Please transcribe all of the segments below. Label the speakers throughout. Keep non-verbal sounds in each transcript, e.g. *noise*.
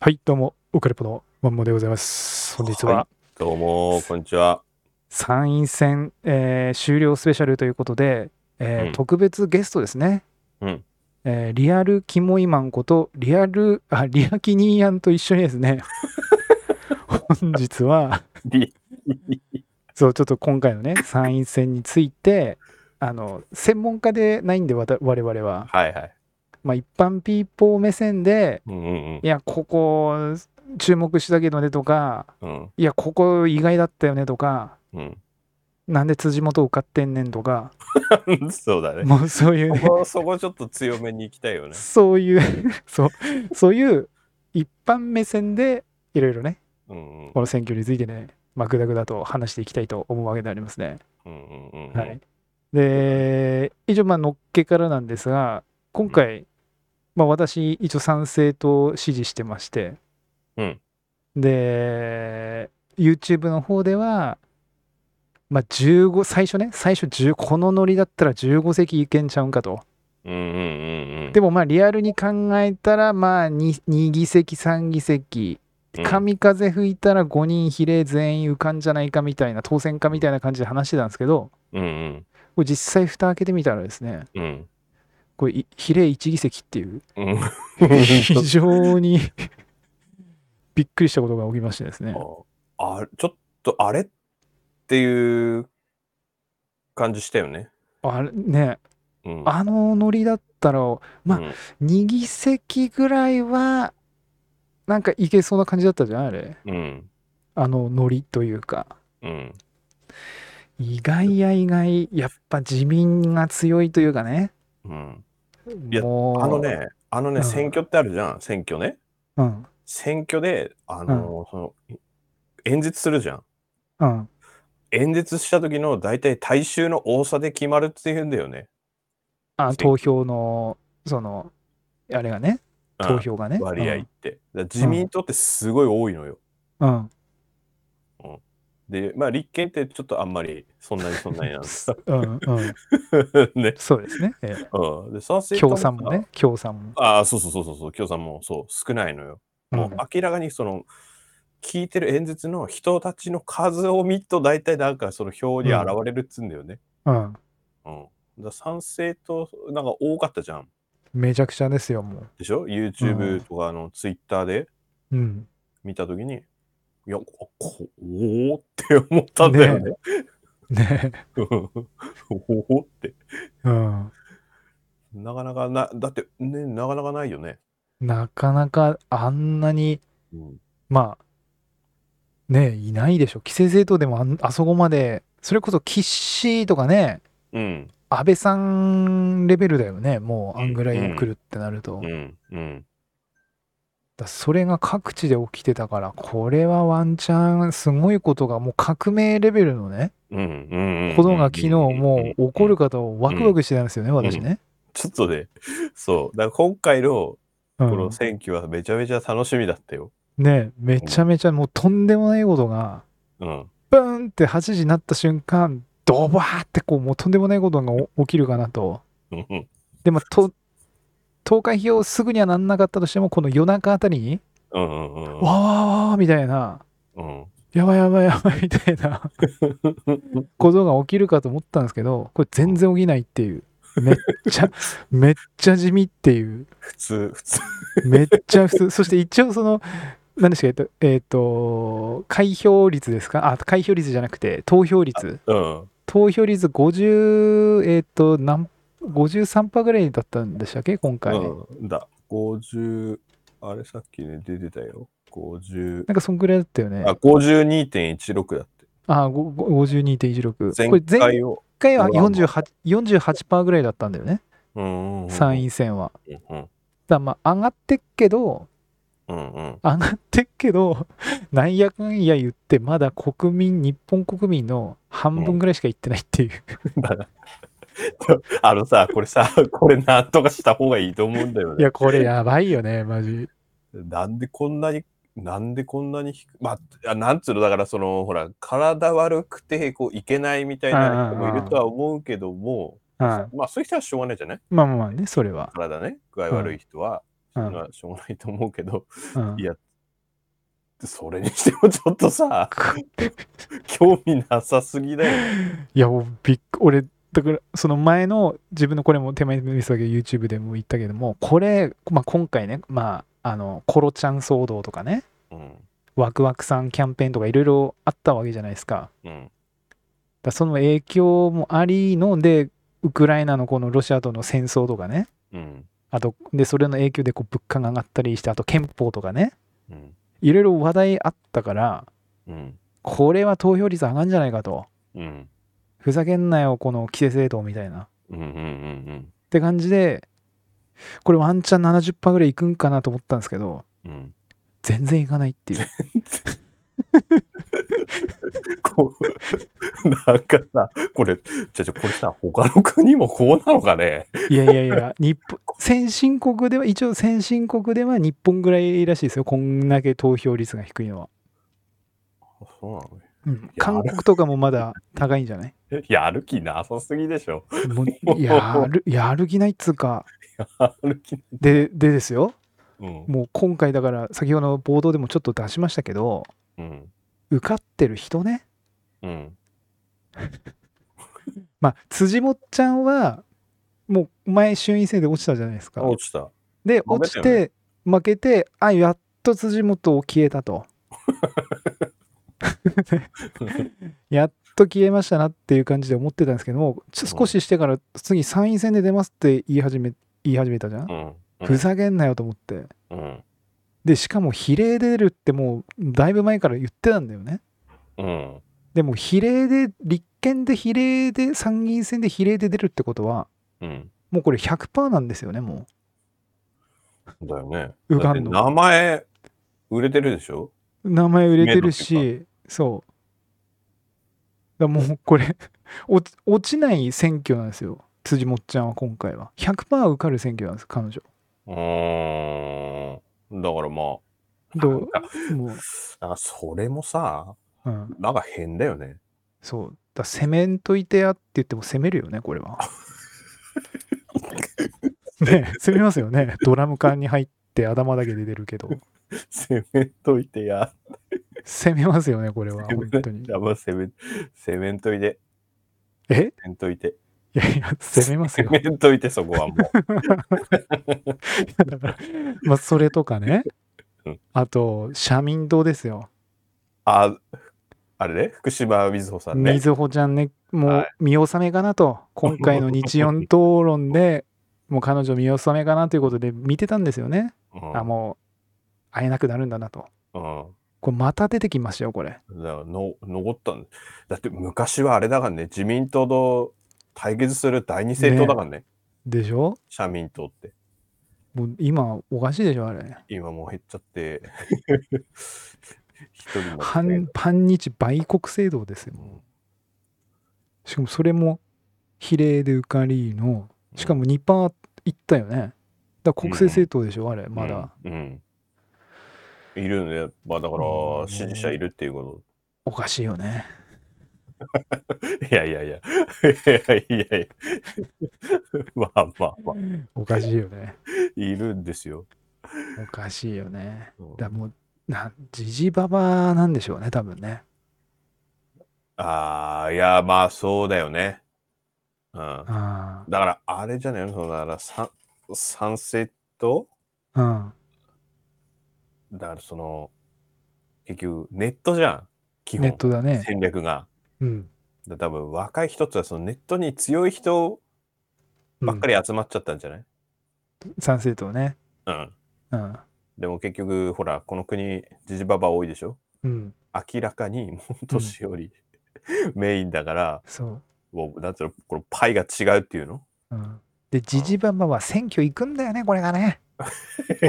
Speaker 1: はい、どうも、オカルポのまんもでございます。本日は
Speaker 2: どうも、こんにち
Speaker 1: *laughs*
Speaker 2: は。
Speaker 1: 参院選、えー終了スペシャルということで、えー
Speaker 2: うん
Speaker 1: 特別ゲストですね。
Speaker 2: うん
Speaker 1: えーリアルキモイマンこと、リアル、あ、リアキニーヤンと一緒にですね、本日は、そう、ちょっと今回のね、参院選について、あの、専門家でないんで、わた我々は。
Speaker 2: はいはい。
Speaker 1: まあ、一般ピーポー目線で、
Speaker 2: うんう
Speaker 1: い
Speaker 2: ん
Speaker 1: や、ここ、注目したけどねとか、
Speaker 2: うん。
Speaker 1: いや、ここ意外だったよねとか、
Speaker 2: うん。
Speaker 1: なんで辻元受かってんねんとか、
Speaker 2: うん。 *laughs* そうだね。
Speaker 1: もうそういう
Speaker 2: そ
Speaker 1: ね、
Speaker 2: こ、そこちょっと強めに行きたいよね。
Speaker 1: そういう、 *laughs* そう、そういう一般目線で、いろいろね、
Speaker 2: うんうん。
Speaker 1: この選挙についてね、まあ、ぐだぐだと話していきたいと思うわけでありますね。
Speaker 2: うんうんうんうん。
Speaker 1: はい。。で、一応、まあ、のっけからなんですが、今回、まあ、私、一応賛成と支持してまして、
Speaker 2: うん
Speaker 1: で、YouTube の方では、まあ、15、最初ね、最初10、このノリだったら15席いけんちゃうんかと。
Speaker 2: うんうんうんうん。
Speaker 1: でもまあリアルに考えたらまあ 2, 議席3議席
Speaker 2: うん、
Speaker 1: 神風吹いたら5人比例全員浮かんじゃないかみたいな当選かみたいな感じで話してたんですけど
Speaker 2: うんうん
Speaker 1: これ実際蓋開けてみたらですね
Speaker 2: うん。
Speaker 1: これい比例1議席って
Speaker 2: *laughs*
Speaker 1: いう
Speaker 2: うん。うん。
Speaker 1: 非常にびっくりしたことが起きましてですね
Speaker 2: あ、ちょっとあれっていう感じしたよね。
Speaker 1: あれね
Speaker 2: うん。
Speaker 1: あのノリだったらまあ
Speaker 2: うん、
Speaker 1: 2議席ぐらいはなんかいけそうな感じだったじゃんあれ
Speaker 2: うん。
Speaker 1: あのノリというか。
Speaker 2: うん。
Speaker 1: 意外や意外やっぱ自民が強いというかね
Speaker 2: うん。いや
Speaker 1: もう
Speaker 2: あのね、あの
Speaker 1: う
Speaker 2: ね、
Speaker 1: ん
Speaker 2: 選挙ってあるじゃん、選挙ね。
Speaker 1: うん
Speaker 2: 選挙で、あの、その、演説するじゃん。
Speaker 1: うん
Speaker 2: 演説した時の大体大衆の多さで決まるっていうんだよね。
Speaker 1: あ投票のそのあれがね投票がね
Speaker 2: うん割合って。だから自民党ってすごい多いのよ。
Speaker 1: うん、
Speaker 2: で、まあ立憲ってちょっとあんまりそんなにそんなになんです。
Speaker 1: うんうんうん、
Speaker 2: *laughs* ね。
Speaker 1: そうですね、え
Speaker 2: うん。で、賛成
Speaker 1: え
Speaker 2: 党
Speaker 1: 共産も。ね共産も、
Speaker 2: ああ、そうそうそうそうそう、共産もそう、少ないのよ。
Speaker 1: うん
Speaker 2: もう明らかにその、聞いてる演説の人たちの数を見ると大体なんかその票に現れるっつうんだよね。
Speaker 1: うん、
Speaker 2: うん。だから賛成党なんか多かったじゃん。
Speaker 1: めちゃくちゃですよも
Speaker 2: でしょ
Speaker 1: うん
Speaker 2: ?YouTube とかあの Twitter で。
Speaker 1: う、うん、
Speaker 2: 見たときに、いや、ここおおって思ったんだよね。
Speaker 1: ね、
Speaker 2: *laughs* おおって。
Speaker 1: うん、
Speaker 2: なかなかな、だって、ね、なかなかないよね。
Speaker 1: なかなかあんなに
Speaker 2: うん。
Speaker 1: まあねいないでしょ規制政党でもあんあそこまでそれこそ岸とかね
Speaker 2: うん。
Speaker 1: 安倍さんレベルだよねもうあんぐらい
Speaker 2: うん
Speaker 1: 来るってなると、
Speaker 2: う
Speaker 1: だか
Speaker 2: ん。うん。
Speaker 1: らそれが各地で起きてたからこれはワンチャンすごいことがもう革命レベルのね
Speaker 2: うん。うん。
Speaker 1: ことが昨日もう起こる
Speaker 2: か。
Speaker 1: かとワクワクしてたんですよね、私ね、
Speaker 2: ちょっとね、そう。だから今回の
Speaker 1: う
Speaker 2: こ
Speaker 1: ん
Speaker 2: の選挙はめちゃめちゃ楽しみだったよ。
Speaker 1: ねめちゃめちゃもうとんでもないことが
Speaker 2: うん。
Speaker 1: ブーンって8時になった瞬間ドバーってこうもうとんでもないことが起きるかなと
Speaker 2: うん。
Speaker 1: でもと投開票すぐにはなんなかったとしてもこの夜中あたりに、
Speaker 2: うん。うん。うん。
Speaker 1: わーわーわーみたいな
Speaker 2: うん。
Speaker 1: やばいやばいやばいみたい
Speaker 2: *laughs*
Speaker 1: なことが起きるかと思ったんですけどこれ全然起きないっていうめっちゃめっちゃ地味っていう
Speaker 2: 普通、普通。
Speaker 1: めっちゃ普通そして一応その何でしたっけえっと、えっと開票率ですかあ開票率じゃなくて投票率
Speaker 2: うん。
Speaker 1: 投票率50えっ、となん53%ぐらいだったんでしたっけ今回、
Speaker 2: うん。だ。50、あれさっきね、出てたよ。50。
Speaker 1: なんかそんぐらいだったよね
Speaker 2: あ、52.16だって。
Speaker 1: ああごご52.16こ
Speaker 2: 前
Speaker 1: れ前
Speaker 2: 回を。
Speaker 1: 回は
Speaker 2: 上回る
Speaker 1: 48, 48%ぐらいだったんだよね
Speaker 2: うんうんうん
Speaker 1: 参院選は
Speaker 2: うん
Speaker 1: だからまあ上がってっけど
Speaker 2: うんうん
Speaker 1: 上がってっけど *laughs* なんやかんや言ってまだ国民日本国民の半分ぐらいしか行ってないっていう、
Speaker 2: あのさ、これさ、これなんとかした方がいいと思うんだよ
Speaker 1: い *laughs*
Speaker 2: ね。
Speaker 1: やこれやばいよねマジ
Speaker 2: なんでこんなに、なんでこんなに低く、まあ、あなんつうの、だからその、ほら、体悪くて、こう、いけないみたいな人もいるとは思うけども、
Speaker 1: はい
Speaker 2: まあ、そういう人はしょうがないじゃない
Speaker 1: まあまあまあねそれは、
Speaker 2: 体ね、具合悪い人は、
Speaker 1: うん
Speaker 2: まあしょうがないと思うけど、
Speaker 1: うん
Speaker 2: いや、それにしてもちょっとさ、興味なさすぎだよね。
Speaker 1: *laughs* いや、もうびっく俺、だから、その前の自分のこれも手前に見せたけど、YouTube でも言ったけども、これ、まあ、今回ね、まあ、あの、コロちゃん騒動とかね、
Speaker 2: うん。
Speaker 1: ワクワクさんキャンペーンとかいろいろあったわけじゃないですか。
Speaker 2: う
Speaker 1: だ
Speaker 2: ん。
Speaker 1: からその影響もありので、ウクライナのこのロシアとの戦争とかね、
Speaker 2: うん。
Speaker 1: あと、で、それの影響でこう物価が上がったりして、あと憲法とかね、
Speaker 2: うん。
Speaker 1: いろいろ話題あったから、
Speaker 2: うん。
Speaker 1: これは投票率上がるんじゃないかと。
Speaker 2: うん。
Speaker 1: ふざけんなよ、この規制政党みたいな。っ
Speaker 2: うん。うん。
Speaker 1: て感じで、これワンチャン70%ぐらいいくんかなと思ったんですけど、
Speaker 2: うん。うん。
Speaker 1: 全然いかないっていう。
Speaker 2: こう、なんかさ、これ、じゃあじゃあこれさ、他の国もこうなのかね。
Speaker 1: いやいやい *laughs* や、日本、先進国では、一応先進国では日本ぐらいらしいですよ。こんだけ投票率が低いのは。
Speaker 2: そうなの
Speaker 1: うん、
Speaker 2: や
Speaker 1: 韓国とかもまだ高いんじゃない
Speaker 2: ねやる気なさすぎでしょ。
Speaker 1: も *laughs* うやるやる気ないっつうか。
Speaker 2: やる気、
Speaker 1: で、でですよ。
Speaker 2: うん、
Speaker 1: もう今回だから、先ほどの冒頭でもちょっと出しましたけど、
Speaker 2: うん、
Speaker 1: 受かってる人ね。
Speaker 2: うん、
Speaker 1: まあ、辻元ちゃんは、もう前衆院選で落ちたじゃないですか。
Speaker 2: 落ちた。
Speaker 1: で、
Speaker 2: 揉め
Speaker 1: 落
Speaker 2: た
Speaker 1: ち
Speaker 2: よね
Speaker 1: て、負けて、あ、やっと辻元を消えた
Speaker 2: *laughs*
Speaker 1: と。やっと消えましたなっていう感じで思ってたんですけども、ちょ
Speaker 2: うん
Speaker 1: 少ししてから次参院選で出ますって言い始め、言い始めたじゃん
Speaker 2: う。ん、
Speaker 1: ふざけんなよと思って。
Speaker 2: うん、
Speaker 1: で、しかも比例で出るってもうだいぶ前から言ってたんだよね。
Speaker 2: うん、
Speaker 1: でも比例で、立憲で比例で、参議院選で比例で出るってことは、
Speaker 2: うん。
Speaker 1: もうこれ100%なんですよね、も
Speaker 2: だよね。
Speaker 1: うかんの
Speaker 2: だって名前、売れてるでしょ
Speaker 1: う。名前売れてる
Speaker 2: 名
Speaker 1: し、そう。だからもうこれ *laughs* 落ち、落ちない選挙なんですよ。辻元ちゃんは今回は。100%受かる選挙なんです、彼女。
Speaker 2: うーん。だからま
Speaker 1: ど
Speaker 2: あ、
Speaker 1: うもう、
Speaker 2: なんかそれもさ、
Speaker 1: うん、
Speaker 2: なんか変だよね。
Speaker 1: そう。だから攻めんといてやって言っても攻めるよね、これ *laughs* は。ね攻めますよね。ドラム缶に入って頭だけで出るけど、
Speaker 2: 攻めんといてや。
Speaker 1: 攻めますよね、これは。本当に。
Speaker 2: やば、攻め、攻めんといて、
Speaker 1: え
Speaker 2: 攻めんといて。
Speaker 1: いやいや、攻めます
Speaker 2: *laughs*
Speaker 1: よ。
Speaker 2: 攻めんといて、そこは
Speaker 1: *laughs*
Speaker 2: もう。
Speaker 1: だから、まあ、それとかね
Speaker 2: うん。
Speaker 1: あと、社民党ですよ。
Speaker 2: あ、あれね、福島みずほさんね
Speaker 1: み。ずほちゃんね、も
Speaker 2: は
Speaker 1: う見納めかなと、今回の日曜討論
Speaker 2: *laughs*
Speaker 1: で、もう彼女見納めかなということで見てたんですよね。
Speaker 2: うん
Speaker 1: あ、もう会えなくなるんだなと。
Speaker 2: うん。
Speaker 1: これまた出てきましたよ、これ。
Speaker 2: だからの残ったんだって昔はあれだからね自民党と対決する第二政党だからね
Speaker 1: でしょ
Speaker 2: 社民党って
Speaker 1: もう今おかしいでしょ、あれ。
Speaker 2: 今もう減っちゃって
Speaker 1: *laughs*
Speaker 2: 一人も
Speaker 1: 半半日売国制度ですよ。しかもそれも比例で受かりの、しかも2%いったよね。だから国政政党でしょ、あれ、まだ。
Speaker 2: うん、うんいるのでまあだから
Speaker 1: うん
Speaker 2: 支持者いるっていうこ
Speaker 1: おかしいよね。
Speaker 2: といやいやいやいやいや *laughs* いやまあまあまあ
Speaker 1: おかしいよね。
Speaker 2: いるんですよ、
Speaker 1: おかしいよね。
Speaker 2: うん
Speaker 1: だもうなジジババなんでしょうね多分ね。
Speaker 2: ああいやまあそうだよねうん
Speaker 1: あ
Speaker 2: だから、あれじゃないのそのだからサン、サンセット
Speaker 1: あうん
Speaker 2: だから、その、結局、ネットじゃん。基
Speaker 1: ネ
Speaker 2: 本
Speaker 1: ッ、トだね。
Speaker 2: 戦略が。
Speaker 1: うん。
Speaker 2: だから多分、若い人ってのはそのネットに強い人ばっか
Speaker 1: り。
Speaker 2: り集まっちゃったんじゃない、
Speaker 1: 賛成党ね。
Speaker 2: うん、
Speaker 1: うん。
Speaker 2: でも結局、ほら、この国、ジジババ多いでしょ
Speaker 1: うん。
Speaker 2: 明らかに、もう年寄り、 *laughs* メインだから、
Speaker 1: そう。
Speaker 2: もう、なんつうの、このパイが違うっていうの
Speaker 1: うん、でジジババは選挙行くんだよねこれがね。こ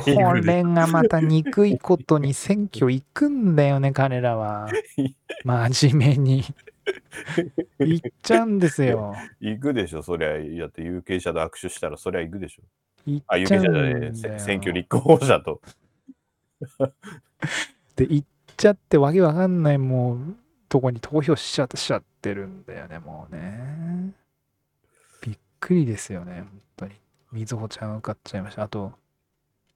Speaker 2: いる
Speaker 1: れがまた憎いことに選挙行くんだよね彼ら
Speaker 2: *laughs*
Speaker 1: は。真面目に。行っちゃうんですよ。
Speaker 2: 行くでしょ、そりゃ。だって、有権者と握手したら、そりゃ行くでしょ。
Speaker 1: 行
Speaker 2: あ、
Speaker 1: っ
Speaker 2: 有
Speaker 1: ちゃう
Speaker 2: 権者じ
Speaker 1: んだ
Speaker 2: ゃね
Speaker 1: よ。
Speaker 2: え、せ選挙立候補者と。
Speaker 1: で行っちゃってわけわかんないもうとこに投票しちゃってしちゃってるんだよねもうねびっくりですよね本当にみずほちゃん受かっちゃいましたあと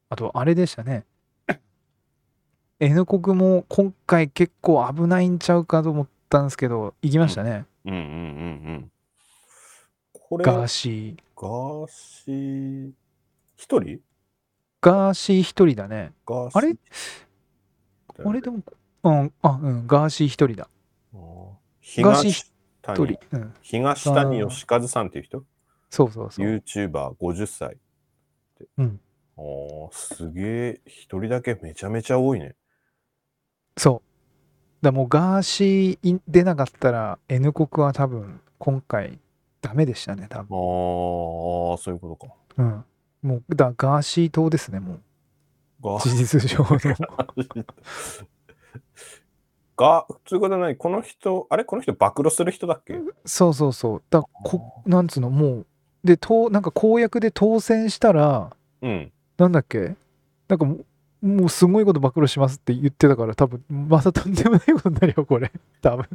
Speaker 1: あとあれでしたねえ N 国も今回結構危ないんちゃうかと思ったんですけど、行きましたね。
Speaker 2: うんうんうんうん。これ、
Speaker 1: ガ
Speaker 2: ガ
Speaker 1: ー
Speaker 2: ー
Speaker 1: シー。
Speaker 2: シー、一人
Speaker 1: ガーシー一人だね。
Speaker 2: ガーシー。
Speaker 1: あれあれでも、うん、あ、うん、ガーシー一人だ。
Speaker 2: も
Speaker 1: ガーシー
Speaker 2: 東
Speaker 1: 一
Speaker 2: 谷
Speaker 1: 人。うん。
Speaker 2: 東谷義和さんっていう人
Speaker 1: そうそうそう。
Speaker 2: ?YouTuber50 歳。
Speaker 1: うん。
Speaker 2: あーすげえ、一人だけめちゃめちゃ多いね。
Speaker 1: そう。だからもうガーシーい出なかったら N 国は多分今回ダメでしたね、多
Speaker 2: あ
Speaker 1: 分。
Speaker 2: ー、そういうことか。
Speaker 1: うん。もう、だからガーシー党ですね、もう。
Speaker 2: ガ
Speaker 1: 事実上の。
Speaker 2: が、つうことはない、この人、あれこの人、暴露する人だっけ
Speaker 1: そうそうそう。だからこ、なんつうの、もう、で、当なんか公約で当選したら、
Speaker 2: うん。
Speaker 1: なんだっけなんかもう、もうすごいこと暴露しますって言ってたから、多分またとんでもないことになるよ、これ。多分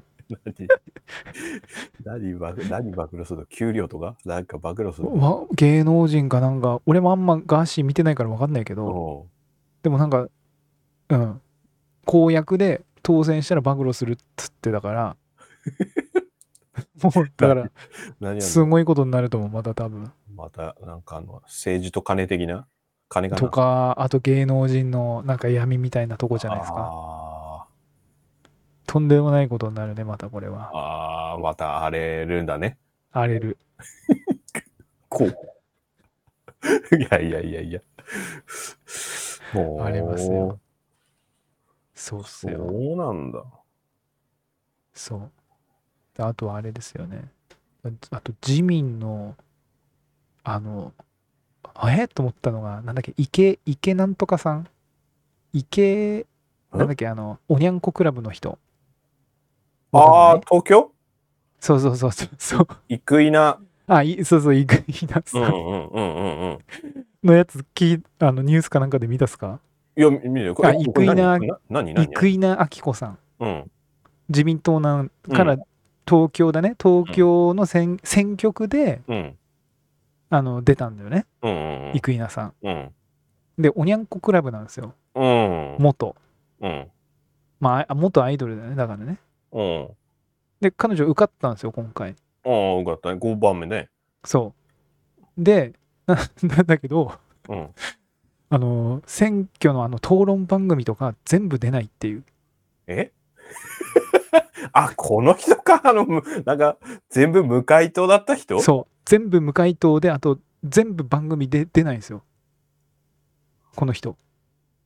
Speaker 2: 何、何ば、何暴露するの給料とかなんか暴露するの
Speaker 1: わ芸能人かなんか、俺もあんまガーシー見てないから分かんないけど、
Speaker 2: おう
Speaker 1: でもなんか、うん、公約で当選したら暴露するっつってだ
Speaker 2: *laughs*
Speaker 1: から、もう、だから、
Speaker 2: 何や
Speaker 1: す
Speaker 2: ろ
Speaker 1: ごいことになると思う、また多分。
Speaker 2: また、なんかあの、政治と金的な金かな
Speaker 1: とか、あと芸能人のなんか闇みたいなとこじゃないですか。
Speaker 2: あ
Speaker 1: とんでもないことになるね、またこれ
Speaker 2: ー
Speaker 1: は。
Speaker 2: あー、また荒れるんだね。
Speaker 1: 荒れる。
Speaker 2: こう。 *laughs* いやいやいやいや。もう。
Speaker 1: 荒れますよ。そうっす
Speaker 2: そ
Speaker 1: よ。
Speaker 2: うなんだ。
Speaker 1: そう。であとはあれですよね。ああと、自民の、あの、あえと思ったのが、なんだっけ、池、池なんとかさん池、なんだっけ、あの、おにゃんこクラブの人。わかん
Speaker 2: あ
Speaker 1: な
Speaker 2: あ
Speaker 1: い
Speaker 2: ー、東京
Speaker 1: そうそうそう *laughs* そうそう。
Speaker 2: 生稲。
Speaker 1: あ、いそうそう、生稲さ
Speaker 2: うんうんんうんうんうん。
Speaker 1: のやつ、きあのニュースかなんかで見たっすか
Speaker 2: いや、見るよ。こ
Speaker 1: あ生稲
Speaker 2: 何何何
Speaker 1: 生稲晃子さん。
Speaker 2: うん。
Speaker 1: 自民党なんから
Speaker 2: う
Speaker 1: 東京だね、東京の選,、選挙区で
Speaker 2: うん。
Speaker 1: あの出たんだよね、
Speaker 2: うんうん
Speaker 1: 生稲さん。
Speaker 2: うん。
Speaker 1: で、おにゃんこクラブなんですよ、
Speaker 2: うん。
Speaker 1: 元。
Speaker 2: うん。
Speaker 1: まああ、元アイドルだよね、だからね。
Speaker 2: うん。
Speaker 1: で、彼女受かったんですよ、今回。
Speaker 2: ああ、よかったね。5番目ね。
Speaker 1: そう。で、ななん *laughs* だけど、
Speaker 2: うん。
Speaker 1: あの選挙のあの討論番組とか全部出ないっていう。
Speaker 2: え *laughs* あ、この人か。あの、むなんか、全部無回答だった人
Speaker 1: そう。全部無回答で、あと全部番組で出ないんですよ。この人。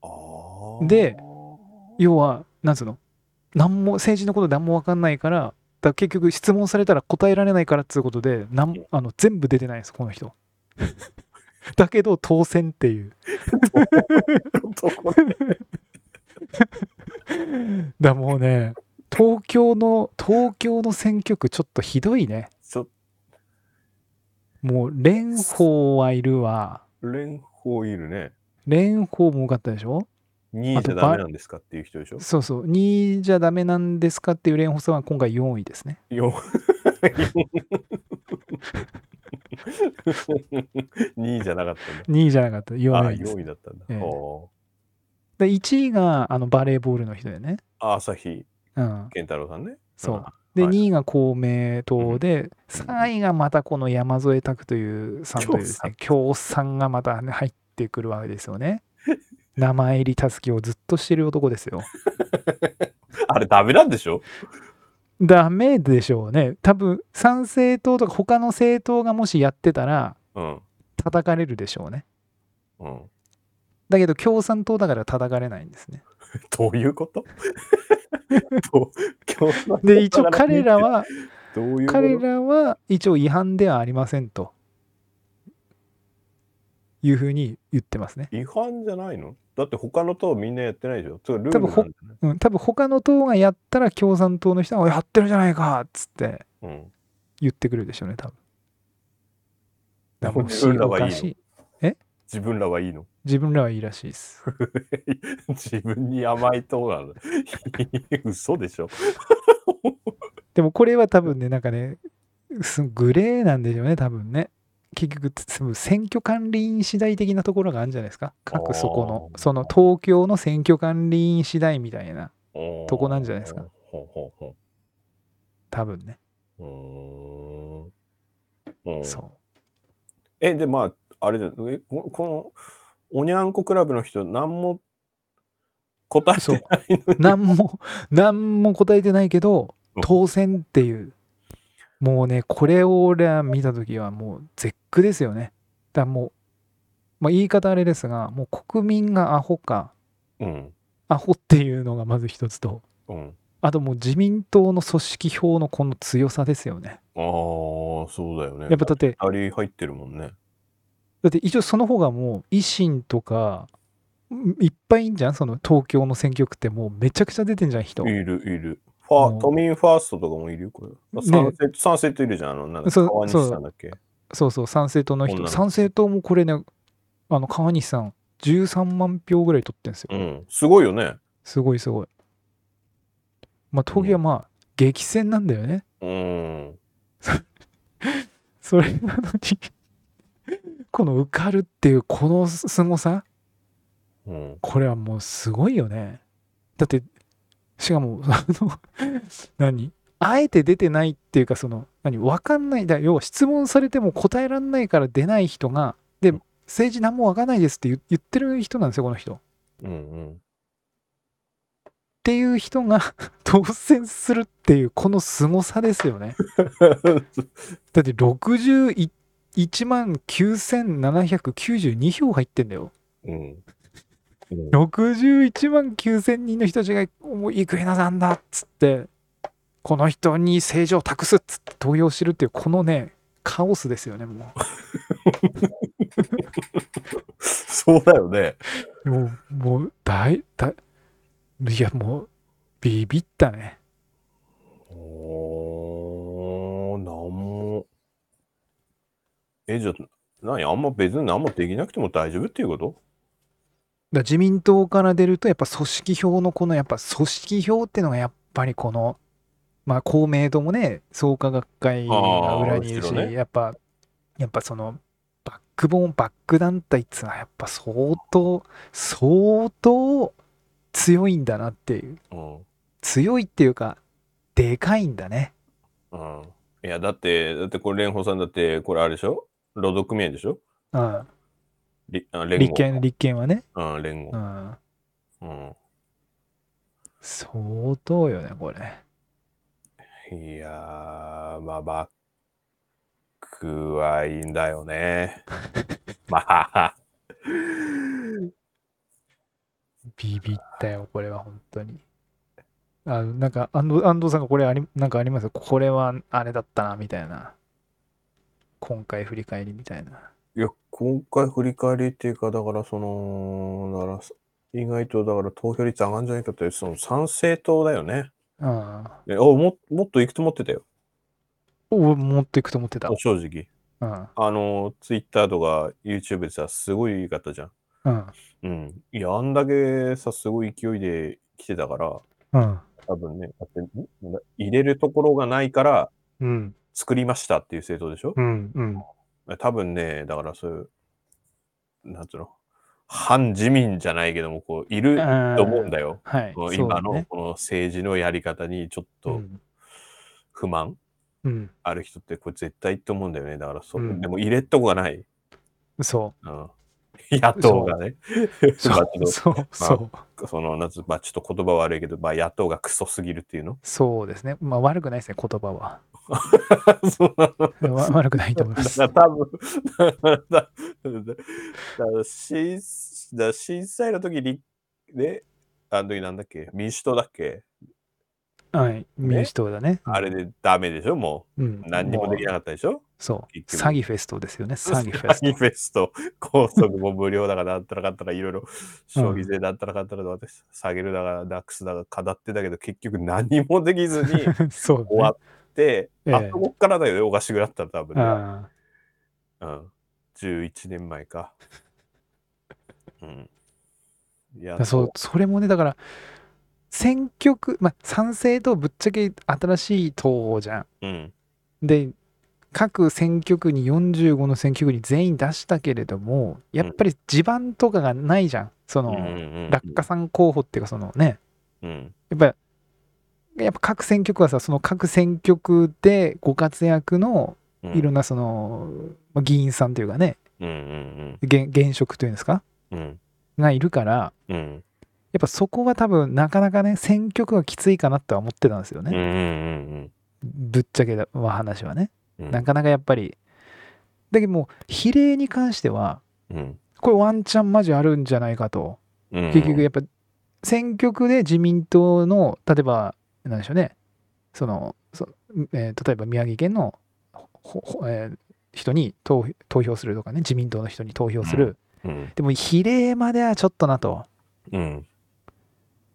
Speaker 2: あー
Speaker 1: で、要は、なんつうの何も、政治のこと何も分かんないから、だから結局質問されたら答えられないからっつうことで、なんあの全部出てないんです、この人。 *laughs* だけど当選っていう。だもうね、東京の、東京の選挙区ちょっとひどいね。
Speaker 2: ちょっ
Speaker 1: もう蓮舫はいるわ。
Speaker 2: と、連邦いるね。
Speaker 1: 蓮舫も多かったでしょ
Speaker 2: 2位じゃダメなんですかっていう人でしょ
Speaker 1: そうそう。2位じゃダメなんですかっていう蓮舫さんは今回4位ですね。
Speaker 2: よ *laughs* 2位じゃなかったんだ。
Speaker 1: 2位じゃなかった。
Speaker 2: あ
Speaker 1: 4位です
Speaker 2: 4。位だったんだ。
Speaker 1: ええ
Speaker 2: おー
Speaker 1: で1位があのバレーボールの人だよね。
Speaker 2: あ朝日
Speaker 1: うん。
Speaker 2: 健太郎さんね。
Speaker 1: そう
Speaker 2: あ。
Speaker 1: で、
Speaker 2: はい
Speaker 1: 2位が公明党で、3位がまたこの山添拓というさんというですね、共産がまた、ね、入ってくるわけですよ
Speaker 2: *laughs*
Speaker 1: ね。生入りたすきをずっとしてる男ですよ。
Speaker 2: あれダメなんでしょ
Speaker 1: ダメでしょうね。多分、参政党とか他の政党がもしやってたら、
Speaker 2: うん。
Speaker 1: 叩かれるでしょうね。
Speaker 2: うん。
Speaker 1: だけど、共産党だから叩かれないんですね。
Speaker 2: どういうこと
Speaker 1: *laughs*
Speaker 2: どう共産党
Speaker 1: で、一応彼らは、
Speaker 2: どういうこと
Speaker 1: 彼らは一応違反ではありませんというふうに言ってますね。
Speaker 2: 違反じゃないのだって他の党みんなやってないでしょそれルールなんじゃない
Speaker 1: うん、多分他の党がやったら共産党の人がおいやってるじゃないかっつって
Speaker 2: うん。
Speaker 1: 言ってくるでしょうね、多分。だからもう
Speaker 2: 自分らはいいの
Speaker 1: おかしい
Speaker 2: 自分らはいいの *laughs*
Speaker 1: 自分らはいいらしいです。
Speaker 2: 自分に甘い党なんだ。 *laughs* 嘘でしょ
Speaker 1: でもこれは多分ね、なんかね、すグレーなんでしょうね、多分ね。結局多分選挙管理員次第的なところがあるんじゃないですか
Speaker 2: あー
Speaker 1: 各そこのその東京の選挙管理員次第みたいな
Speaker 2: と
Speaker 1: とこなんじゃないですか。
Speaker 2: ほうほうほ
Speaker 1: 多分ね、
Speaker 2: う。うーん。うん、
Speaker 1: そ
Speaker 2: え、で、まあ、あれだよえここの、おにゃんこクラブの人、何も答えてないの
Speaker 1: う何も何も答えてないけど
Speaker 2: うん
Speaker 1: 当選っていうもうねこれを俺は見た時はもう絶句ですよねだからもう、まあ、言い方あれですがもう国民がアホか
Speaker 2: うん。
Speaker 1: アホっていうのがまず一つと
Speaker 2: うん。
Speaker 1: あともう自民党の組織票のこの強さですよね
Speaker 2: ああ、そうだよね。
Speaker 1: やっぱだって
Speaker 2: あれ入ってるもんね。
Speaker 1: だって一応その方がもう維新とかんいっぱいいんじゃんその東京の選挙区ってもうめちゃくちゃ出てんじゃん人
Speaker 2: いる、いる。ファ
Speaker 1: うん
Speaker 2: ー都民ファーストとかもいるよ、これ。
Speaker 1: ね
Speaker 2: 賛成、賛成といるじゃん、あの、なんだっけ
Speaker 1: そう
Speaker 2: 川西さんだっけ。
Speaker 1: そうそう参政党の
Speaker 2: 女
Speaker 1: 人
Speaker 2: の子
Speaker 1: 参政党もこれねあの川西さん13万票ぐらい取ってんですよ
Speaker 2: うん。すごいよね。
Speaker 1: すごいすごいまあ東京はまあ激戦なんだよね
Speaker 2: うん。
Speaker 1: それなのに *laughs* この受かるっていうこのすごさ
Speaker 2: うん。
Speaker 1: これはもうすごいよねだってしかもあの何あえて出てないっていうかその何わかんないだ要は質問されても答えられないから出ない人がで政治何もわかんないですって言言ってる人なんですよこの人っ *laughs*
Speaker 2: うん。
Speaker 1: ていう人が *laughs* 当選するっていうこの凄さですよね
Speaker 2: うん。
Speaker 1: だって61万9792票入ってんだよ
Speaker 2: うん。うん
Speaker 1: 61万9000人の人たちが「もう生稲さんだ」っつってこの人に政治を託すっつって投票してるっていうこのねカオスですよねも
Speaker 2: そうだよね。
Speaker 1: う *laughs* もうもう大大いやもうビビったね
Speaker 2: おー、なんも。え、じゃあ、何あんま別に何もできなくても大丈夫っていうこと
Speaker 1: だ自民党から出るとやっぱ組織票のこのやっぱ組織票ってのがやっぱりこのまあ公明党もね創価学会が裏にいる
Speaker 2: あー
Speaker 1: し、
Speaker 2: 後ろね
Speaker 1: やっぱやっぱそのバックボーンバック団体っつうのはやっぱ相当相当強いんだなっていう
Speaker 2: うん。
Speaker 1: 強いっていうかでかいんだね
Speaker 2: うん。いや、だって、だってこれ、蓮舫さんだって、これあれでしょ労働組合でしょ
Speaker 1: うん
Speaker 2: りあ連
Speaker 1: 立
Speaker 2: 合。
Speaker 1: 憲立憲はね
Speaker 2: うん、連合
Speaker 1: う。ん
Speaker 2: うん。
Speaker 1: 相当よねこれ
Speaker 2: いやー、まあ、バックはいいんだ
Speaker 1: *laughs*
Speaker 2: よね。まあ、
Speaker 1: ビビったよ、これは本当に。あなんか安藤、安藤さんがこれあり、なんかありますこれはあれだったな、みたいな。今回振り返りみたいな。
Speaker 2: いや、今回振り返りっていうか、だからその、だから意外とだから投票率上がるんじゃないかって、その賛成党だよね。
Speaker 1: うん。
Speaker 2: えおももっといくと思ってたよ、
Speaker 1: お持っていくと思ってた。
Speaker 2: 正直。
Speaker 1: うん。
Speaker 2: あの、Twitter とか YouTube でさ、すごい言い方じゃん。
Speaker 1: うん。
Speaker 2: うん。いや、あんだけさ、すごい勢いで来てたから、
Speaker 1: うん。
Speaker 2: 多分ね、だってん入れるところがないから
Speaker 1: うん。
Speaker 2: 作りましたっていう政党でしょ
Speaker 1: う、ん。うん。
Speaker 2: 多分ね、だからそういう、なんつうの、反自民じゃないけども、こう、いると思うんだよ。
Speaker 1: はい
Speaker 2: こ。の
Speaker 1: そう
Speaker 2: 今
Speaker 1: だ
Speaker 2: の
Speaker 1: ね
Speaker 2: この政治のやり方にちょっ
Speaker 1: う
Speaker 2: と
Speaker 1: ん
Speaker 2: 不満
Speaker 1: うん。
Speaker 2: ある人ってこれ絶対と思うんだよね。だからそう、
Speaker 1: うん
Speaker 2: でも入れとこがない。
Speaker 1: そ
Speaker 2: うん、 *laughs* 野党がね。
Speaker 1: う。そ
Speaker 2: *laughs* まあ
Speaker 1: う。そう。そう。
Speaker 2: その、なんつうまあちょっと言葉悪いけど、まあ野党がクソすぎるっていうの *laughs*
Speaker 1: そうですね。まあ悪くないですね、言葉は。
Speaker 2: そうなの。
Speaker 1: わ悪くないと思います。
Speaker 2: だから多分だだだだ震だ震災の時に、ね、あの時なんだっけ、民主党だっけ、
Speaker 1: はい。民主党だね。
Speaker 2: あれでダメでしょ、も
Speaker 1: うん
Speaker 2: う。。何にもできな
Speaker 1: う
Speaker 2: かったでしょ。
Speaker 1: そう。
Speaker 2: 結局
Speaker 1: 詐欺フェストですよね、詐欺フェ
Speaker 2: サ
Speaker 1: ス
Speaker 2: ニ
Speaker 1: ト
Speaker 2: ー。フェスト、高速も無料だから、なんたらかったらいろいろ、消費税だったらかったら、私、下げるだから、ダックスだから、語ってたけど、結局何もできずに
Speaker 1: *laughs*
Speaker 2: 終
Speaker 1: そう、ね。
Speaker 2: わって、
Speaker 1: ええ
Speaker 2: あそこっからだよね、おかしくなったの、多分、ね
Speaker 1: あ
Speaker 2: うん。11年前か。うん。いや
Speaker 1: あそう、それもね、だから、選挙区、まあ、賛成とぶっちゃけ新しい党じゃん。
Speaker 2: うん。
Speaker 1: で、各選挙区に45の選挙区に全員出したけれどもやっぱり地盤とかがないじゃんそ
Speaker 2: うんう
Speaker 1: の
Speaker 2: んうん
Speaker 1: 落下さん候補っていうかそのね
Speaker 2: うん
Speaker 1: やっぱりやっぱ各選挙区はさその各選挙区でご活躍の
Speaker 2: うん
Speaker 1: いろんなそのまあ議員さんというかね
Speaker 2: うんうん
Speaker 1: 現現職というんですか
Speaker 2: うんうん
Speaker 1: がいるから
Speaker 2: うん
Speaker 1: やっぱそこは多分なかなかね選挙区がきついかなとは思ってたんですよ
Speaker 2: うんうん
Speaker 1: ね、
Speaker 2: うん
Speaker 1: ぶっちゃけた話はね
Speaker 2: うん
Speaker 1: なかなかやっぱりだけどもう比例に関しては
Speaker 2: うん
Speaker 1: これワンチャンマジあるんじゃないかと
Speaker 2: うん
Speaker 1: 結局やっぱ選挙区で自民党の例えばなんでしょうねそのそ、えー例えば宮城県のほほえー人に投投票するとかね自民党の人に投票する、
Speaker 2: うん
Speaker 1: でも比例まではちょっとなと
Speaker 2: うん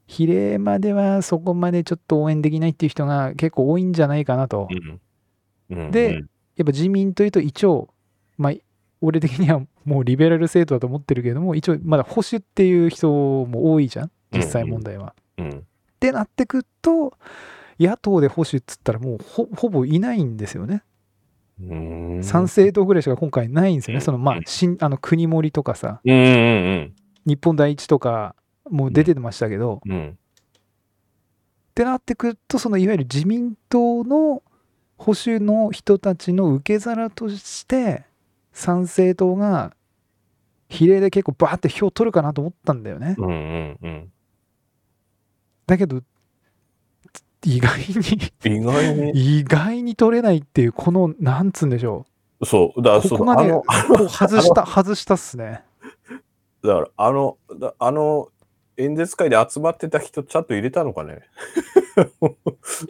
Speaker 1: 比例まではそこまでちょっと応援できないっていう人が結構多いんじゃないかなと、
Speaker 2: うんうん
Speaker 1: でやっぱ自民というと一応まあ俺的にはもうリベラル政党だと思ってるけれども一応まだ保守っていう人も多いじゃん実際問題は。
Speaker 2: うん
Speaker 1: ってなってくと野党で保守っつったらもうほほぼいないんですよね、
Speaker 2: うん
Speaker 1: 賛成党ぐらいしか今回ないんですよね、
Speaker 2: うん
Speaker 1: そのまあ
Speaker 2: うん
Speaker 1: 新あの国盛とかさ
Speaker 2: うんうん
Speaker 1: 日本第一とかもう出てましたけど、っ
Speaker 2: うんうん
Speaker 1: てなってくるとそのいわゆる自民党の保守の人たちの受け皿として賛成党が比例で結構バーって票取るかなと思ったんだよね、
Speaker 2: うんうんうん
Speaker 1: だけど意外に
Speaker 2: 意外に
Speaker 1: 意外に取れないっていうこのなんつうんでしょう
Speaker 2: そう、だから
Speaker 1: こ
Speaker 2: そ
Speaker 1: こ
Speaker 2: の、
Speaker 1: ま
Speaker 2: あ
Speaker 1: で
Speaker 2: の
Speaker 1: こ、う外した、外したっすね。
Speaker 2: だから、あの、だあの、演説会で集まってた人、ちゃんと入れたのかね。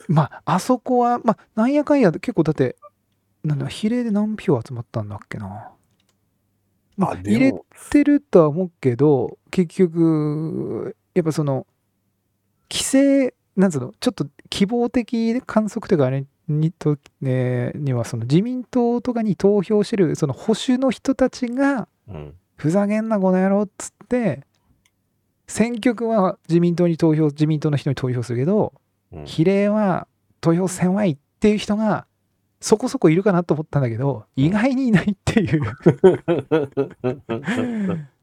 Speaker 1: まあ、あそこは、まあ、なんやかんや、結構だって、なんだ、比例で何票集まったんだっけな。まあ、入れ
Speaker 2: も、
Speaker 1: てるとは思うけど、結局、やっぱその、規制、なんつうの、ちょっと希望的観測というか、あれにと、えーには、その自民党とかに投票してる、その保守の人たちが、
Speaker 2: うん、
Speaker 1: ふざけんなこの野郎っつって選挙区は自民党に投票自民党の人に投票するけど
Speaker 2: うん
Speaker 1: 比例は投票せんわいっていう人がそこそこいるかなと思ったんだけど意外にいないって
Speaker 2: *laughs*
Speaker 1: いう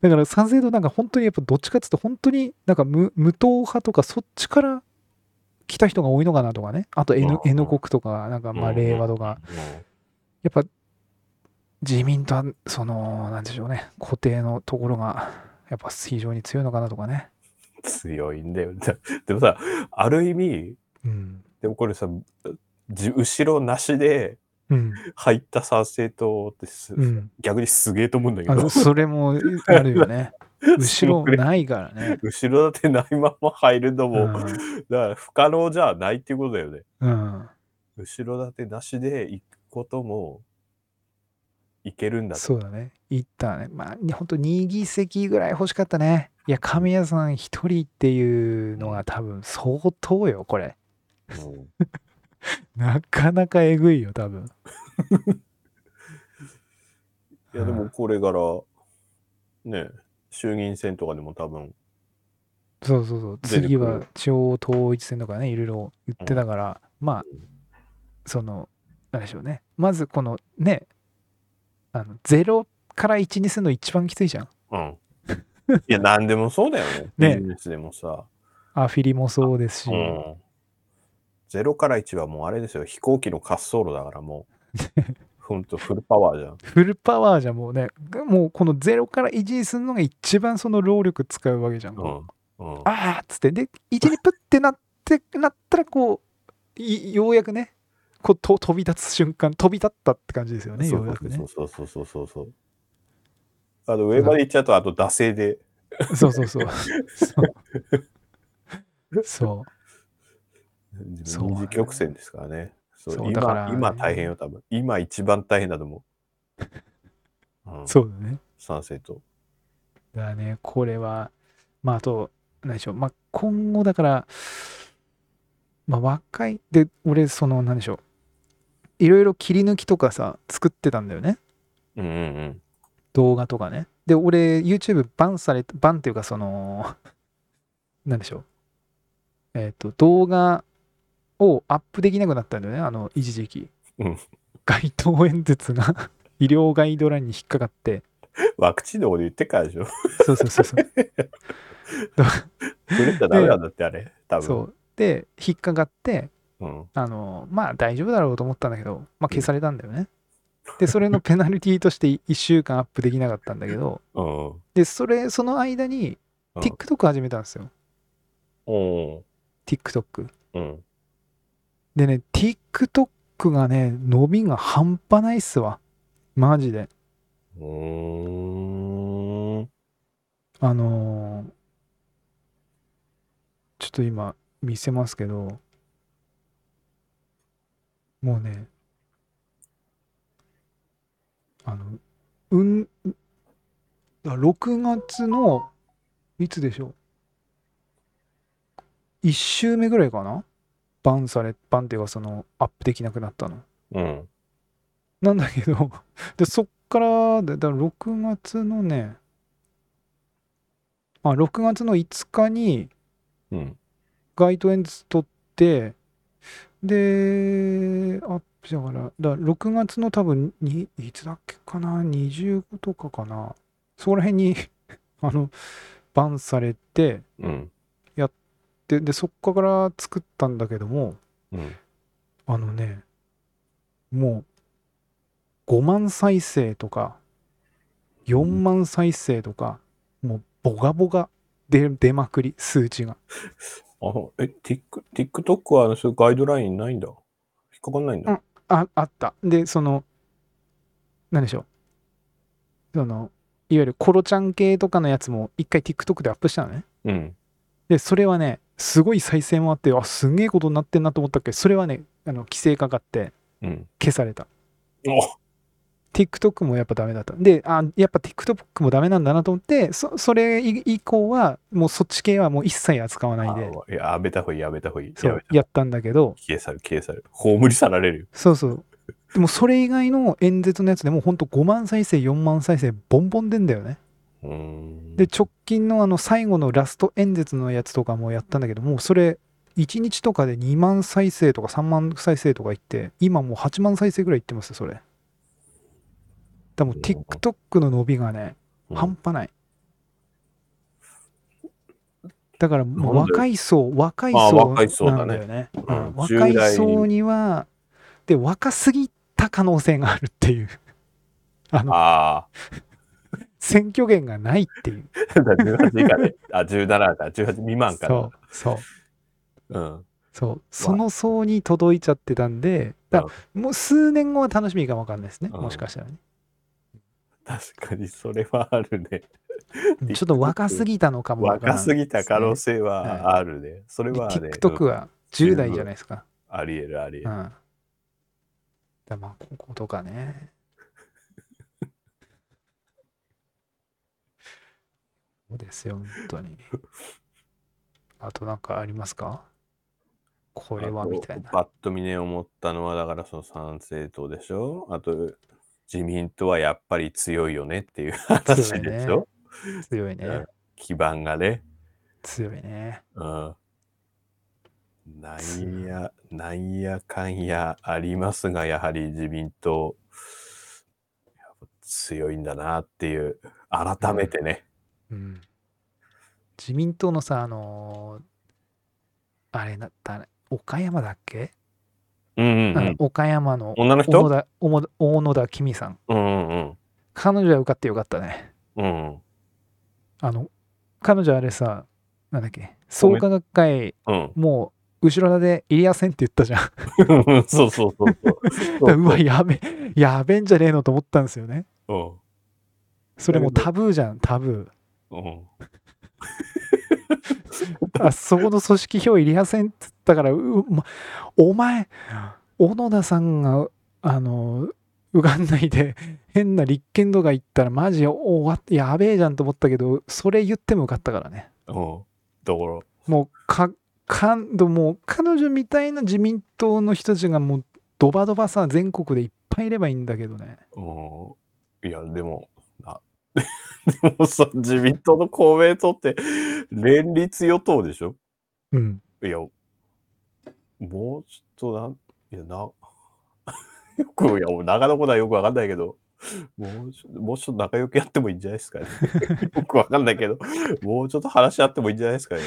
Speaker 1: だから賛成党なんか本当にやっぱどっちかっつって本当になんか無無党派とかそっちから来た人が多いのかなとかねあと
Speaker 2: う
Speaker 1: N,
Speaker 2: ん
Speaker 1: N 国とかなんかまあ
Speaker 2: うん
Speaker 1: 令和とかやっぱ自民党はそのなんでしょうね固定のところがやっぱ非常に強いのかなとかね。
Speaker 2: 強いんだよ。だでもさ、ある意味、
Speaker 1: うん。
Speaker 2: でもこれさ、じ後ろなしで
Speaker 1: うん。
Speaker 2: 入った賛成党ってす、
Speaker 1: うん、
Speaker 2: 逆にすげえと思うんだけ
Speaker 1: あ
Speaker 2: ど
Speaker 1: そ、それもあるよ
Speaker 2: *laughs*
Speaker 1: ね。後ろないからね。
Speaker 2: 後ろだってないまま入るの
Speaker 1: う
Speaker 2: も、だか
Speaker 1: ん。
Speaker 2: ら不可能じゃないっていうことだよね。
Speaker 1: うん、
Speaker 2: 後ろ盾なしで行くこともいけるんだと
Speaker 1: そうだね。いったね。まあ、にほんと2議席ぐらい欲しかったね。いや、神谷さん一人っていうのが多分相当よ、これ。
Speaker 2: うん
Speaker 1: なかなかえぐいよ、多分。
Speaker 2: いやでもこれからね衆議院選とかでも多分
Speaker 1: そうそうそう。
Speaker 2: 出てくる
Speaker 1: 次は地方統一選とかね、いろいろ言ってたから、まあ、その、なんでしょうね。まずこのね、あの0から1にするの一番きついじゃん。
Speaker 2: うん
Speaker 1: *laughs*
Speaker 2: いや何でもそうだよ
Speaker 1: ね
Speaker 2: ねビジネスでもさ、
Speaker 1: アフィリもそうですし、
Speaker 2: うん、0から1はもうあれですよ飛行機の滑走路だからも
Speaker 1: *laughs*
Speaker 2: うほんとフルパワーじゃん
Speaker 1: フルパワーじゃもうね、もうこの0から1にするのが一番その労力使うわけじゃん。あ
Speaker 2: うん、うん、
Speaker 1: あーっつって、で、1にプってなって、なったらこう、いようやくね、こうと飛び立つ瞬間、飛び立ったって感じですよね、
Speaker 2: そ
Speaker 1: ようやくね。
Speaker 2: うそうそうそうそうそうそうあと上まで行っちゃうとあと惰性で
Speaker 1: そうそうそう。そう。そうそう
Speaker 2: 二次曲線ですからね。そう
Speaker 1: そうだから
Speaker 2: 今今大変よ、多分。今一番大変だと思
Speaker 1: *laughs*
Speaker 2: う。うん、
Speaker 1: そうだね。
Speaker 2: 賛成と。
Speaker 1: だからね、これは、まああと、何でしょう、まあ今後だから、まあ若い、で、俺、その、何でしょう、いろいろ切り抜きとかさ、作ってたんだよね、
Speaker 2: うんうん
Speaker 1: 動画とかね。で、俺、YouTube バンされた、バンっていうか、その、 *laughs* 何でしょう、えっ、と、動画をアップできなくなったんだよね、あの、一時期。
Speaker 2: うん
Speaker 1: 街頭演説が *laughs* 医療ガイドラインに引っかかって、
Speaker 2: ワクチンのこと言ってっからでしょ。
Speaker 1: そうそうそうそう。
Speaker 2: くれたらダメなんだって、あれ。多
Speaker 1: *laughs*
Speaker 2: 分。
Speaker 1: そうで、引っかかって、
Speaker 2: うん。
Speaker 1: あの、まあ大丈夫だろうと思ったんだけど、まあ消されたんだよね。で、それ *laughs* のペナルティとして1週間アップできなかったんだけど、
Speaker 2: うん。
Speaker 1: で、それ、その間に
Speaker 2: うん
Speaker 1: TikTok 始めたんですよ。
Speaker 2: うん。
Speaker 1: TikTok。
Speaker 2: うん。
Speaker 1: でね、TikTok がね、伸びが半端ないっすわ。マジで。
Speaker 2: うーん。
Speaker 1: あのーちょっと今見せますけど、もうね、あの、うん、あ6月の、いつでしょう ?1 週目ぐらいかなバンされ、バンっていうかその、アップできなくなったの。
Speaker 2: うん。
Speaker 1: なんだけど、で、そっから、でだから6月のね、あ、6月の5日に
Speaker 2: うん。
Speaker 1: 街頭演説取って、で、アップしたから、だから6月の多分に、いつだっけかな、25とかかな、そこら辺に、 *laughs* あの、バンされて、
Speaker 2: うん。
Speaker 1: で、で、そっから作ったんだけども、
Speaker 2: うん。
Speaker 1: あのね、もう5万再生とか4万再生とか、もうボガボガで出まくり、数値が。
Speaker 2: あの、え、ティック、ティックトックはあの、そういうガイドラインないんだ。引っかかんないんだ。
Speaker 1: ああった。で、その、なんでしょう。その、いわゆるコロちゃん系とかのやつも一回 TikTok でアップしたのね。
Speaker 2: うん。
Speaker 1: で、それはね、すごい再生もあって、あ、すげえことになってんなと思ったけど、それはね、あの規制かかって
Speaker 2: うん。
Speaker 1: 消された。
Speaker 2: お
Speaker 1: TikTok もやっぱダメだった。で、あ、やっぱ TikTok もダメなんだなと思って、そそれ以以降は、もうそっち系はもう一切扱わないで、
Speaker 2: あいややめた方がいい、やめた方がいい。
Speaker 1: そ
Speaker 2: や
Speaker 1: う
Speaker 2: め、た。
Speaker 1: やったんだけど、
Speaker 2: 消え去る、消え去る。葬り去られるよ。
Speaker 1: そうそう。でもそれ以外の演説のやつでもうほんと5万再生、4万再生、ボンボンでんだよね。
Speaker 2: うーん。
Speaker 1: で、直近のあの最後のラスト演説のやつとかもやったんだけど、もうそれ、1日とかで2万再生とか3万再生とかいって、今もう8万再生ぐらいいってますよ、それ。だからもう TikTok の伸びがね、
Speaker 2: うん
Speaker 1: 半端ない。だからもう
Speaker 2: なんで
Speaker 1: 若い層、若い
Speaker 2: あ
Speaker 1: 層
Speaker 2: 若い層
Speaker 1: な
Speaker 2: だね
Speaker 1: んだよね。うん
Speaker 2: うん
Speaker 1: 若い
Speaker 2: 10代
Speaker 1: 層には、で、若すぎた可能性があるっていう、 *laughs* あの、
Speaker 2: あ *laughs*
Speaker 1: 選挙権がないっていう。
Speaker 2: あ、18以下で、あ、17か、18未満か
Speaker 1: そ
Speaker 2: ら。
Speaker 1: う、そう、
Speaker 2: うん。
Speaker 1: そう。その層に届いちゃってたんで、だからもう数年後は楽しみかもわかんないですね、
Speaker 2: うん
Speaker 1: もしかしたらね。
Speaker 2: 確かに、それはあるね。
Speaker 1: うんちょっと若すぎたのかもわから
Speaker 2: 若
Speaker 1: ないです
Speaker 2: す
Speaker 1: ね、
Speaker 2: ぎた可能性はあるね。それはね、
Speaker 1: で TikTok
Speaker 2: うん
Speaker 1: は10代じゃないですか。
Speaker 2: ありえるありえ
Speaker 1: う
Speaker 2: る。
Speaker 1: ん。だまあ、こことかね。 *laughs* そうですよ、本当に。あとなんかありますかこれはみたい
Speaker 2: あ
Speaker 1: な
Speaker 2: と。パッと見ね思ったのは、だからその参政党でしょあと、自民党はやっぱり強いよねっていう *laughs* 話
Speaker 1: 強いね
Speaker 2: でしょ、
Speaker 1: 強いうね
Speaker 2: ん。基盤がね。
Speaker 1: 強いね。
Speaker 2: うん。なんや、なんやかんやありますが、やはり自民党、やっぱ強いんだなっていう、改めてね。
Speaker 1: うん。自民党のさ、あのーあれだったね岡山だっけ、
Speaker 2: うんうん、う
Speaker 1: あの
Speaker 2: ん。
Speaker 1: 岡山の
Speaker 2: 女の
Speaker 1: 小野
Speaker 2: 人
Speaker 1: 田小野大野田公さん。
Speaker 2: うんうんうん。
Speaker 1: 彼女は受かってよかったね。
Speaker 2: うんうん。
Speaker 1: あの、彼女あれさ、なんだっけ、創価学会、
Speaker 2: うん。
Speaker 1: もう、後ろで入れやせんって言ったじゃん。だか
Speaker 2: *laughs* そうそうそうそう。
Speaker 1: *laughs* らうわ、やべ、やべんじゃねえのと思ったんですよね。
Speaker 2: うん。
Speaker 1: それもうタブーじゃん、タブ
Speaker 2: うん。
Speaker 1: ー。あそこの組織票入れやせんって言ったから、うま、お前、小野田さんが、あの、受かんないで、変な立憲度が言ったら、マジ終わって、やべえじゃんと思ったけど、それ言っても受かったからね。
Speaker 2: うん。だから、
Speaker 1: もうかかんどもう彼女みたいな自民党の人たちがもうドバドバさ全国でいっぱいいればいいんだけどね
Speaker 2: うん。いや、でも、な、 *laughs* でもさ、自民党の公明党って、連立与党でしょ
Speaker 1: うん
Speaker 2: *laughs* いや、もうちょっとなん、いや、な、よく、いや、俺長野ことはよくわかんないけど、もうちょっと、もうちょっと仲良くやってもいいんじゃないで
Speaker 1: *laughs*
Speaker 2: すかね。よくわかんないけど、もうちょっと話し合ってもいいんじゃないですかね。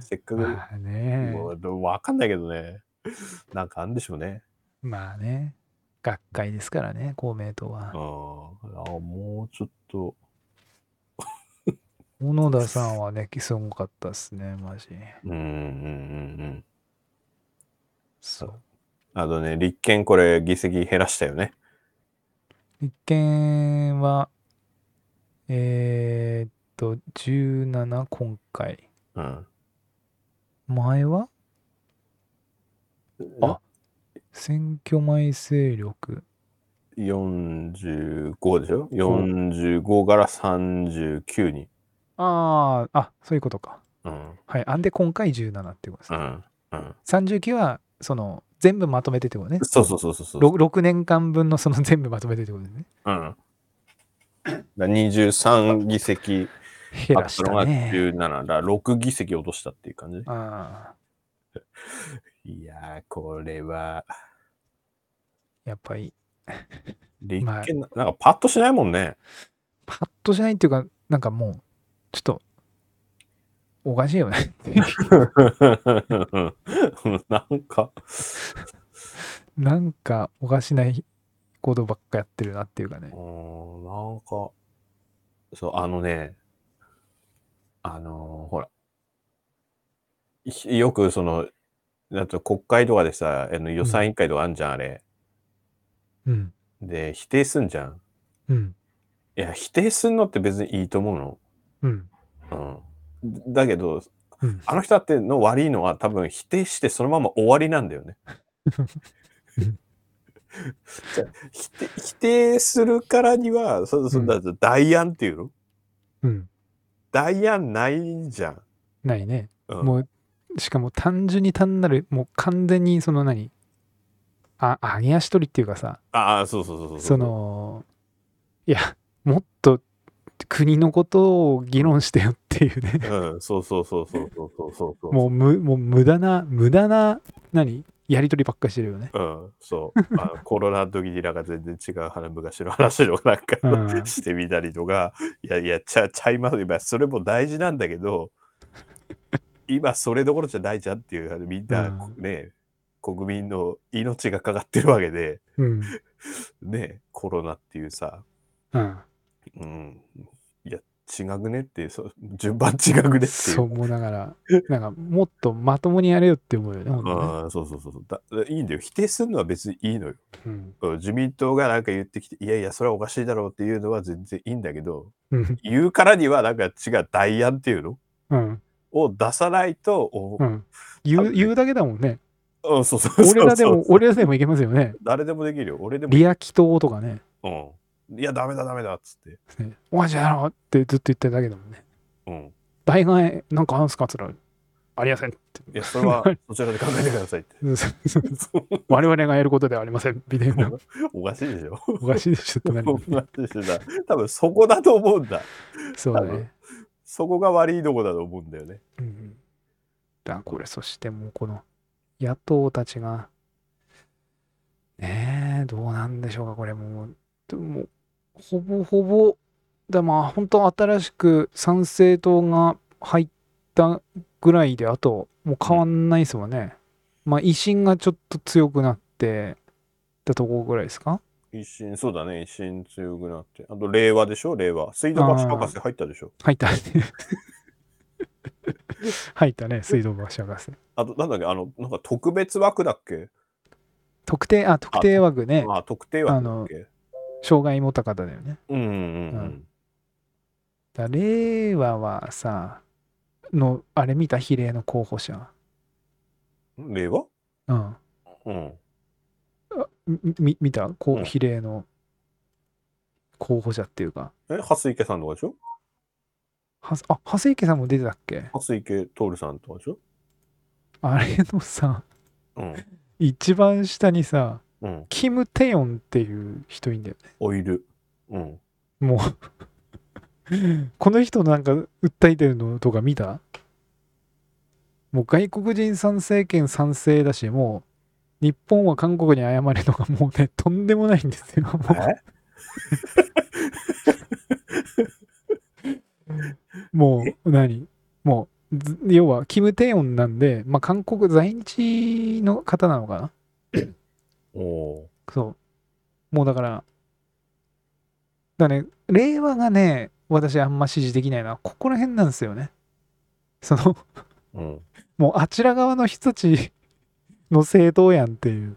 Speaker 2: せっかく、
Speaker 1: まあね。
Speaker 2: もうわかんないけどね。なんかあんでしょうね。
Speaker 1: まあね。学会ですからね、公明党は
Speaker 2: うん。。あもうちょっと、
Speaker 1: 小野田さんはね、すごかったですね、マジ。
Speaker 2: うんうんうんうん。
Speaker 1: そう。
Speaker 2: あとね、立憲これ議席減らしたよね。
Speaker 1: 立憲は、えー、っと、17今回。
Speaker 2: うん。
Speaker 1: 前はあ選挙前勢力。
Speaker 2: 45でしょ ?45 から39に。
Speaker 1: ああ、あ、そういうことか。
Speaker 2: うん。
Speaker 1: はい。あんで今回17っていうことです
Speaker 2: う
Speaker 1: ね。
Speaker 2: ん。うん。
Speaker 1: 39は、その、全部まとめてってことね。
Speaker 2: そうそうそうそうそう。
Speaker 1: ろ 6, 年間分のその全部まとめてってことですね。
Speaker 2: うん。だ23議席
Speaker 1: 減
Speaker 2: あ
Speaker 1: ら
Speaker 2: っ
Speaker 1: した
Speaker 2: のが
Speaker 1: たね。
Speaker 2: 17だ、6議席落としたっていう感じ。
Speaker 1: ああ、
Speaker 2: いやー、これは、
Speaker 1: やっぱり、
Speaker 2: 立
Speaker 1: まあ
Speaker 2: 憲な、なんかパッとしないもんね。 *laughs*
Speaker 1: パッとしないっていうか、なんかもう、ちょっと、おかしいよね。
Speaker 2: なんか、
Speaker 1: なんか、おかしないことばっかやってるなっていうかね
Speaker 2: う。ーんなんか、そう、あのね、あのーほら、ひよくその、だと国会とかでさ、あの予算委員会とかあんじゃん、あれ。
Speaker 1: うん。
Speaker 2: で、否定すんじゃん。
Speaker 1: うん。
Speaker 2: いや、否定すんのって別にいいと思う
Speaker 1: うん。
Speaker 2: の。うん。だけど、
Speaker 1: うん。
Speaker 2: あの人だっての悪いのは多分否定してそのまま終わりなんだ
Speaker 1: *laughs*
Speaker 2: よね。じゃあ否定否定するからには、そうそうう、
Speaker 1: ん
Speaker 2: だって代案っていうの
Speaker 1: うん。
Speaker 2: 代案ないじゃん。
Speaker 1: ないね。
Speaker 2: うん
Speaker 1: もう、しかも単純に単なる、もう完全にその何あ、揚げ足取りっていうかさ、
Speaker 2: ああ、そうそうそうそう。
Speaker 1: そ、の、いや、もっと国のことを議論してよっていうね。
Speaker 2: うん、そうそうそうそうそうそうそうそう。
Speaker 1: もうむもう無駄な、無駄な、何やりとりばっかりしてるよね。
Speaker 2: うん、そう。あのコロナの時になんか全然違う話、昔の話とかなんか、 *laughs*
Speaker 1: うん
Speaker 2: してみたりとか、いやいや、ちゃちゃいます。今、それも大事なんだけど、今、それどころじゃないじゃんっていう、あのみんな、
Speaker 1: うん
Speaker 2: ね、国民の命がかかってるわけで、
Speaker 1: うん。
Speaker 2: ね、コロナっていうさ、
Speaker 1: うん。
Speaker 2: うん、いや、違くねっていう、そう順番違くねっていう
Speaker 1: そう、。もうだから、なんか、もっとまともにやれよって思うよね。本当ね
Speaker 2: ああ、そうそうそうそうだ。いいんだよ。否定するのは別にいいのよ。
Speaker 1: うん
Speaker 2: うん自民党がなんか言ってきて、いやいや、それはおかしいだろうっていうのは全然いいんだけど、
Speaker 1: うん。
Speaker 2: 言うからにはなんか違う代案っていうの
Speaker 1: うん。
Speaker 2: を出さないと、お
Speaker 1: うん。言
Speaker 2: 多
Speaker 1: う
Speaker 2: 分ね
Speaker 1: 言うだけだもんね。
Speaker 2: うん、そう *laughs* そうそうそう
Speaker 1: 俺らでも、俺らでもいけますよね。
Speaker 2: 誰でもできるよ。俺でも。
Speaker 1: リアキ党とかね。
Speaker 2: うん、いや、ダメだ、ダメだっつって。
Speaker 1: ねお前じゃやろうってずっと言ってるだけだもんね。
Speaker 2: うん。
Speaker 1: 大概、なんかあるんすかっつったら、ありませんって。
Speaker 2: いや、そ
Speaker 1: *laughs*
Speaker 2: れはそちらで考えてくださいって。
Speaker 1: 我々がやることではありません。みたいな。
Speaker 2: おかしいでしょ。
Speaker 1: おかしいでしょって
Speaker 2: *laughs*
Speaker 1: なるよ
Speaker 2: おかし
Speaker 1: ね。
Speaker 2: いでしょだ。多分そこだと思うんだ。
Speaker 1: そうだね。
Speaker 2: そこが悪いとこだと思うんだよね。
Speaker 1: うんうんだからこれそしてもうこの野党たちがねえどうなんでしょうかこれもうでもほぼほぼだまあ本当新しく参政党が入ったぐらいであともう変わんないですもんね、まあ維新がちょっと強くなってたとこぐらいですか
Speaker 2: 一新、そうだね、一新強くなって。あと、令和でしょ、令和。水道橋博士入ったでしょ。
Speaker 1: 入ったね入ったね水道橋博士
Speaker 2: あと、なんだっけ、あの、なんか特別枠だっけ、
Speaker 1: 特定あ特定枠ね
Speaker 2: あ、特定枠だっけ
Speaker 1: 障害も高かっただよね
Speaker 2: うんうんう。
Speaker 1: うんだ令和はさのあれ見た比例の候補者
Speaker 2: うん。令和
Speaker 1: うん
Speaker 2: うん。
Speaker 1: みみ見たこ
Speaker 2: う
Speaker 1: うん比例の候補者っていうか
Speaker 2: え、蓮池さんとかでしょ
Speaker 1: はあ長谷池さんも出てたっけ
Speaker 2: 蓮池徹さんとかでしょ
Speaker 1: あれのさ
Speaker 2: うん。
Speaker 1: 一番下にさ
Speaker 2: うん。
Speaker 1: キム・テヨンっていう人いんだよね
Speaker 2: オイル。うん。
Speaker 1: もう *laughs* この人なんか訴えてるのとか見たもう外国人参政権賛成だしもう日本は韓国に謝れのが *laughs* もうね、とんでもないんですよ。もう、 *laughs* もう何もうず、要は、キム・テヨンなんで、まあ、韓国在日の方なのかな
Speaker 2: おー
Speaker 1: そう。もうだから、だね、令和がね、私あんま支持できないのは、ここら辺なんですよね。その、
Speaker 2: うん。
Speaker 1: もうあちら側の人たち *laughs* の政党やんっていう、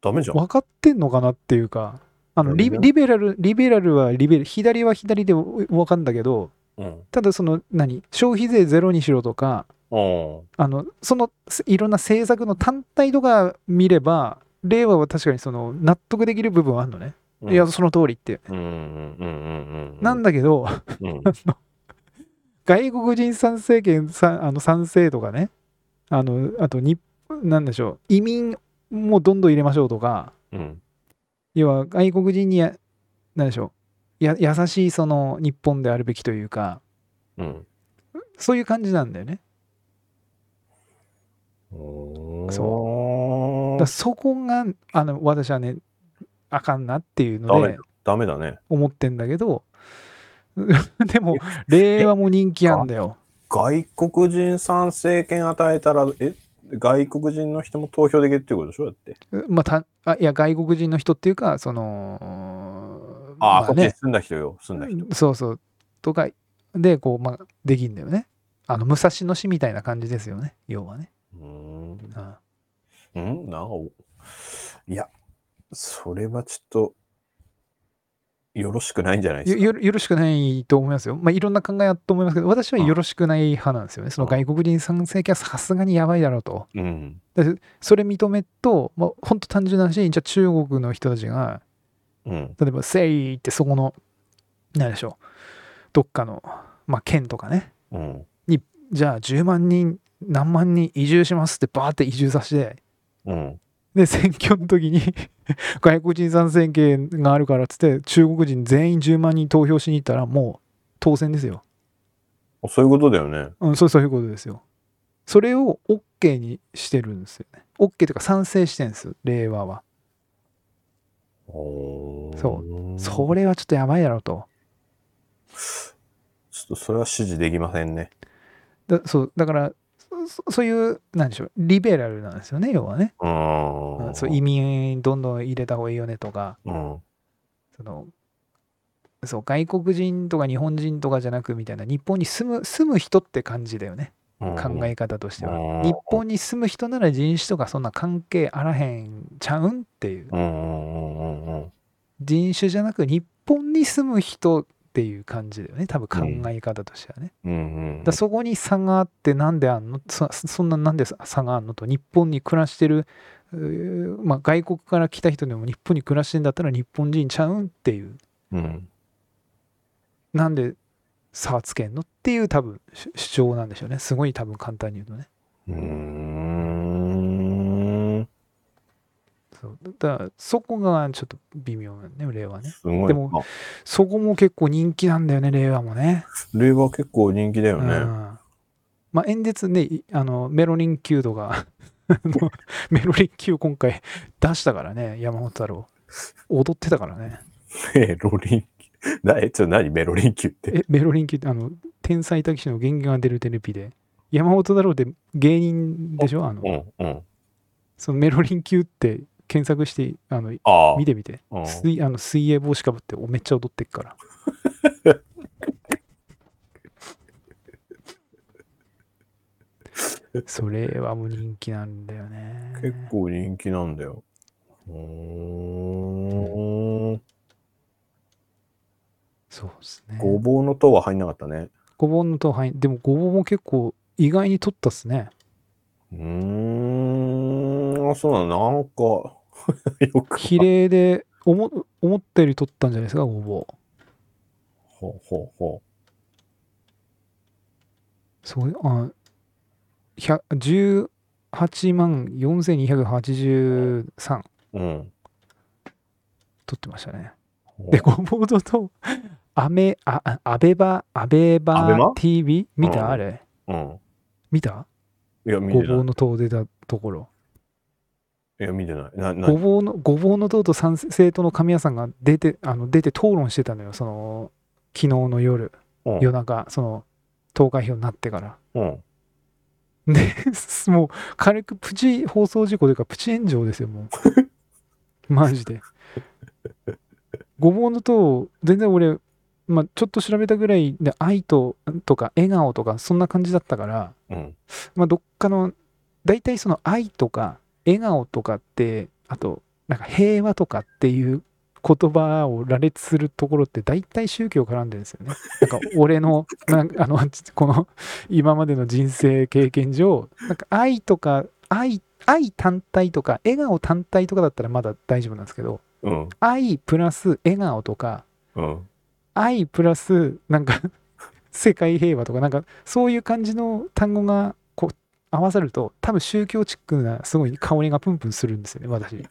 Speaker 2: ダメじゃん。
Speaker 1: 分かってんのかなっていうか、あのリ
Speaker 2: 何が
Speaker 1: リベラル、リベラルはリベラル、左は左で分かんだけど、
Speaker 2: うん。
Speaker 1: ただその、何、消費税ゼロにしろとか、
Speaker 2: うん。
Speaker 1: あのそのすいろんな政策の単体とか見れば、令和は確かにその納得できる部分はあるのね。
Speaker 2: うん
Speaker 1: いや、、その通りって。
Speaker 2: うんうんうんうんうん。
Speaker 1: なんだけど、 *laughs*
Speaker 2: うん。
Speaker 1: 外国人参政権さあの賛成とかねあのあとになんでしょう移民もどんどん入れましょうとか
Speaker 2: うん。
Speaker 1: 要は外国人にやなんでしょうや優しいその日本であるべきというか
Speaker 2: うん。
Speaker 1: そういう感じなんだよねだから
Speaker 2: そ
Speaker 1: そこがあの私はねあかんなっていうの
Speaker 2: ダ
Speaker 1: で
Speaker 2: メダメだね。
Speaker 1: 思ってんだけど *laughs* でも令和も人気あんだよ
Speaker 2: 外国人参政権与えたら、え外国人の人も投票できるっていうことでしょだって。
Speaker 1: まあたあいや外国人の人っていうかその
Speaker 2: ああ、
Speaker 1: ま
Speaker 2: こっち
Speaker 1: ね
Speaker 2: に住んだ人よ。住んだ人。
Speaker 1: そうそうとかでこうまあできんだよねあの武蔵野市みたいな感じですよね要はね、
Speaker 2: うん。
Speaker 1: うん
Speaker 2: うんなんかお、いや、それはちょっと、よろしくないんじゃないで
Speaker 1: よ
Speaker 2: すか。
Speaker 1: よよろしくないと思いますよまあいろんな考えあると思いますけど私はよろしくない派なんですよねその外国人参政権はさすがにやばいだろうと
Speaker 2: うん。
Speaker 1: それ認めと、まあ、ほんと単純な話じゃあ中国の人たちが
Speaker 2: うん。
Speaker 1: 例えば「せい」ってそこの何でしょうどっかの、まあ、県とかね
Speaker 2: うん。
Speaker 1: じゃあ10万人何万人移住しますってバーって移住させて
Speaker 2: うん。
Speaker 1: で選挙の時に *laughs* 外国人参政権があるからっつって中国人全員10万人投票しに行ったらもう当選ですよ、
Speaker 2: そういうことだよね。。
Speaker 1: うん、そうそういうことですよそれを OK にしてるんですよね OK というか賛成してるんです令和はそうそれはちょっとやばいだろうと
Speaker 2: ちょっとそれは支持できませんね。
Speaker 1: だそうだからそそそういうなんでしょうリベラルなんですよね要はね、
Speaker 2: うー。
Speaker 1: うんん、そう移民どんどん入れた方がいいよねとか
Speaker 2: うん。
Speaker 1: そのそう外国人とか日本人とかじゃなくみたいな日本に住む住む人って感じだよね考え方として
Speaker 2: う
Speaker 1: は
Speaker 2: ん
Speaker 1: 日本に住む人なら人種とかそんな関係あらへんちゃうんっていう
Speaker 2: うんうんうんうん
Speaker 1: 人種じゃなく日本に住む人っていう感じだよね多分考え方としてはね、
Speaker 2: うんうん
Speaker 1: だそこに差があってなんであんのそそんななんで差があんのと日本に暮らしてる、うーまあ、外国から来た人でも日本に暮らしてんだったら日本人ちゃうんっていう
Speaker 2: うん
Speaker 1: なんで差つけんのっていう多分主主張なんでしょうねすごい多分簡単に言うとね
Speaker 2: うーん
Speaker 1: そうだからそこがちょっと微妙なんだよね令和ね
Speaker 2: すごい
Speaker 1: でも
Speaker 2: あ
Speaker 1: そこも結構人気なんだよね令和もね
Speaker 2: 令和結構人気だよ
Speaker 1: う
Speaker 2: ね
Speaker 1: んまあ演説ねいあのメロリン級と *laughs* かあのメロリン級今回出したからね山本太郎踊ってたからね
Speaker 2: メロリ *laughs* ンキなえちょ何メロリンキって
Speaker 1: えメロリン級ってあの天才たけしの元気が出るテレビで山本太郎って芸人でしょあの
Speaker 2: うんうん
Speaker 1: そのメロリン級って検索してあの
Speaker 2: ああ
Speaker 1: 見てみて
Speaker 2: うん
Speaker 1: 水あの水泳帽子かぶっておめっちゃ踊ってっ
Speaker 2: *laughs*
Speaker 1: からそれはもう人気なんだよね
Speaker 2: 結構人気なんだようーん
Speaker 1: そうですね
Speaker 2: ごぼうの塔は入んなかったね
Speaker 1: ごぼうのとはいでもごぼうも結構意外に取ったっす
Speaker 2: *laughs*
Speaker 1: ね
Speaker 2: うーんあそうなのなんか *laughs* よく
Speaker 1: 比例で思思ったより取ったんじゃないですかごぼう
Speaker 2: ほうほうほ
Speaker 1: そうあ100 18万4283取
Speaker 2: ううん
Speaker 1: ってましたねで、ごぼうとと、アメ、あ、あアベバ、アベ
Speaker 2: アベ
Speaker 1: バ
Speaker 2: バ
Speaker 1: TV? 見た、
Speaker 2: うん
Speaker 1: あれ
Speaker 2: うん
Speaker 1: 見た
Speaker 2: いや見
Speaker 1: ご
Speaker 2: てない
Speaker 1: ぼうの塔でだところ
Speaker 2: いや、見てない。な、な
Speaker 1: ご、ぼうのごぼうの党と賛成党の神谷さんが出てあの出て討論してたのよその昨日の夜
Speaker 2: うん
Speaker 1: 夜中その投開票になってから
Speaker 2: うん。
Speaker 1: で *laughs* もう軽くプチ放送事故というかプチ炎上ですよもうマジでごぼうの党全然俺、まあ、ちょっと調べたぐらいで愛ととか笑顔とかそんな感じだったから、
Speaker 2: うん。
Speaker 1: まあ、どっかの大体その愛とか笑顔とかってあとなんか平和とかっていう言葉を羅列するところって大体宗教絡んでるんですよね。なんか俺のなんかあのちこの今までの人生経験上なんか愛とか愛愛単体とか笑顔単体とかだったらまだ大丈夫なんですけど
Speaker 2: うん。
Speaker 1: 愛プラス笑顔とか
Speaker 2: うん。 *laughs*
Speaker 1: 愛プラスなんか *laughs* 世界平和とかなんかそういう感じの単語がこう合わさると多分宗教チックなすごい香りがプンプンするんですよね私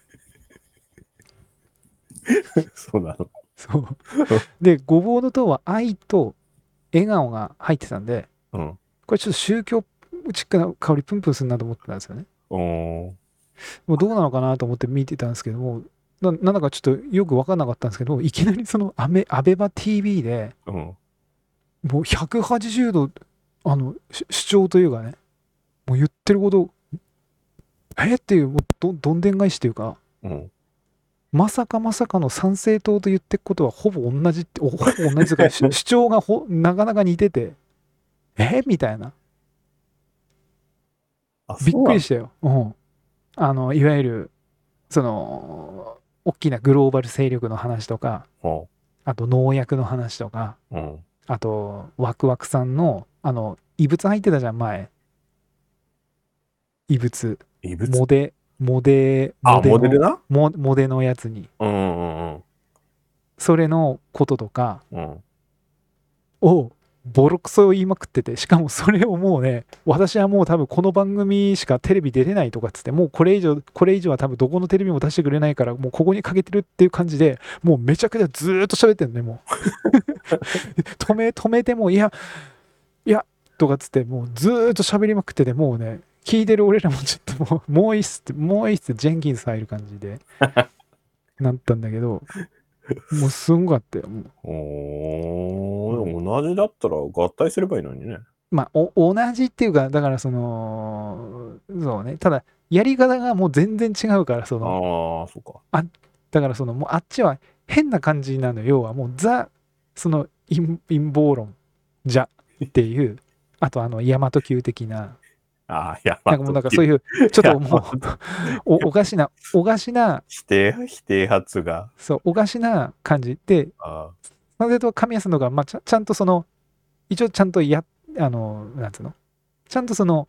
Speaker 2: そうなの。
Speaker 1: そうでごぼうの塔は愛と笑顔が入ってたんで
Speaker 2: うん。
Speaker 1: これちょっと宗教チックな香りプンプンするなと思ってたんですよね
Speaker 2: おー
Speaker 1: もうどうなのかなと思って見てたんですけどもななんだかちょっとよく分かんなかったんですけどいきなりそのアメアベマ TV で
Speaker 2: うん。
Speaker 1: もう180度あのし主張というかねもう言ってることえっていうもうどどんでん返しというか
Speaker 2: うん。
Speaker 1: まさかまさかの賛成党と言ってくことはほぼ同じっておほぼ同じというか主主張がほなかなか似ててえみたいな
Speaker 2: あ
Speaker 1: びっくりし
Speaker 2: し
Speaker 1: たよ、うん、あのいわゆるその大きなグローバル勢力の話とか
Speaker 2: た。うん
Speaker 1: あと農薬の話とか
Speaker 2: うん。
Speaker 1: あと、ワクワクさんの、あの、異物入ってたじゃん、前。異物。
Speaker 2: 異物
Speaker 1: モデ、モデ、
Speaker 2: あ、
Speaker 1: の
Speaker 2: モデルな
Speaker 1: モモデのやつに。
Speaker 2: うんうんうん
Speaker 1: それのこととか
Speaker 2: うん。
Speaker 1: を、ボロクソを言いまくってて、しかもそれをもうね、私はもう多分この番組しかテレビ出れないとかっつって、もうこれ以上、これ以上は多分どこのテレビも出してくれないから、もうここにかけてるっていう感じで、もうめちゃくちゃずーっと喋ってんのね、もう。止め、止めても、いや、いや、とかっつって、もうずーっと喋りまくってて、もうね、聞いてる俺らもちょっともう、もういいっすって、もういいっすって、ジェンキンス入る感じで、なったんだけど、もうすんごかったよ。もう
Speaker 2: おーでも同じだったら合体すればいいのにね。
Speaker 1: まあ、お同じっていうか、だからその、そうね、ただ、やり方がもう全然違うから、その、
Speaker 2: ああ、そうか。
Speaker 1: だからその、もうあっちは変な感じなのよ、要はもうザ、その陰陰謀論じゃっていう、 *laughs* あとあの、大和級的な、
Speaker 2: ああ、いや、
Speaker 1: なんかもうなんかそう
Speaker 2: う。
Speaker 1: いう、ちょっともう
Speaker 2: 大和、
Speaker 1: *laughs* おおかしな、おかしな、
Speaker 2: 否定、否定発が。
Speaker 1: そう、おかしな感じで、
Speaker 2: あ
Speaker 1: なぜと神谷さんの方が、まあ、ちゃちゃんとその、一応ちゃんとや、あの、なんつうのちゃんとその、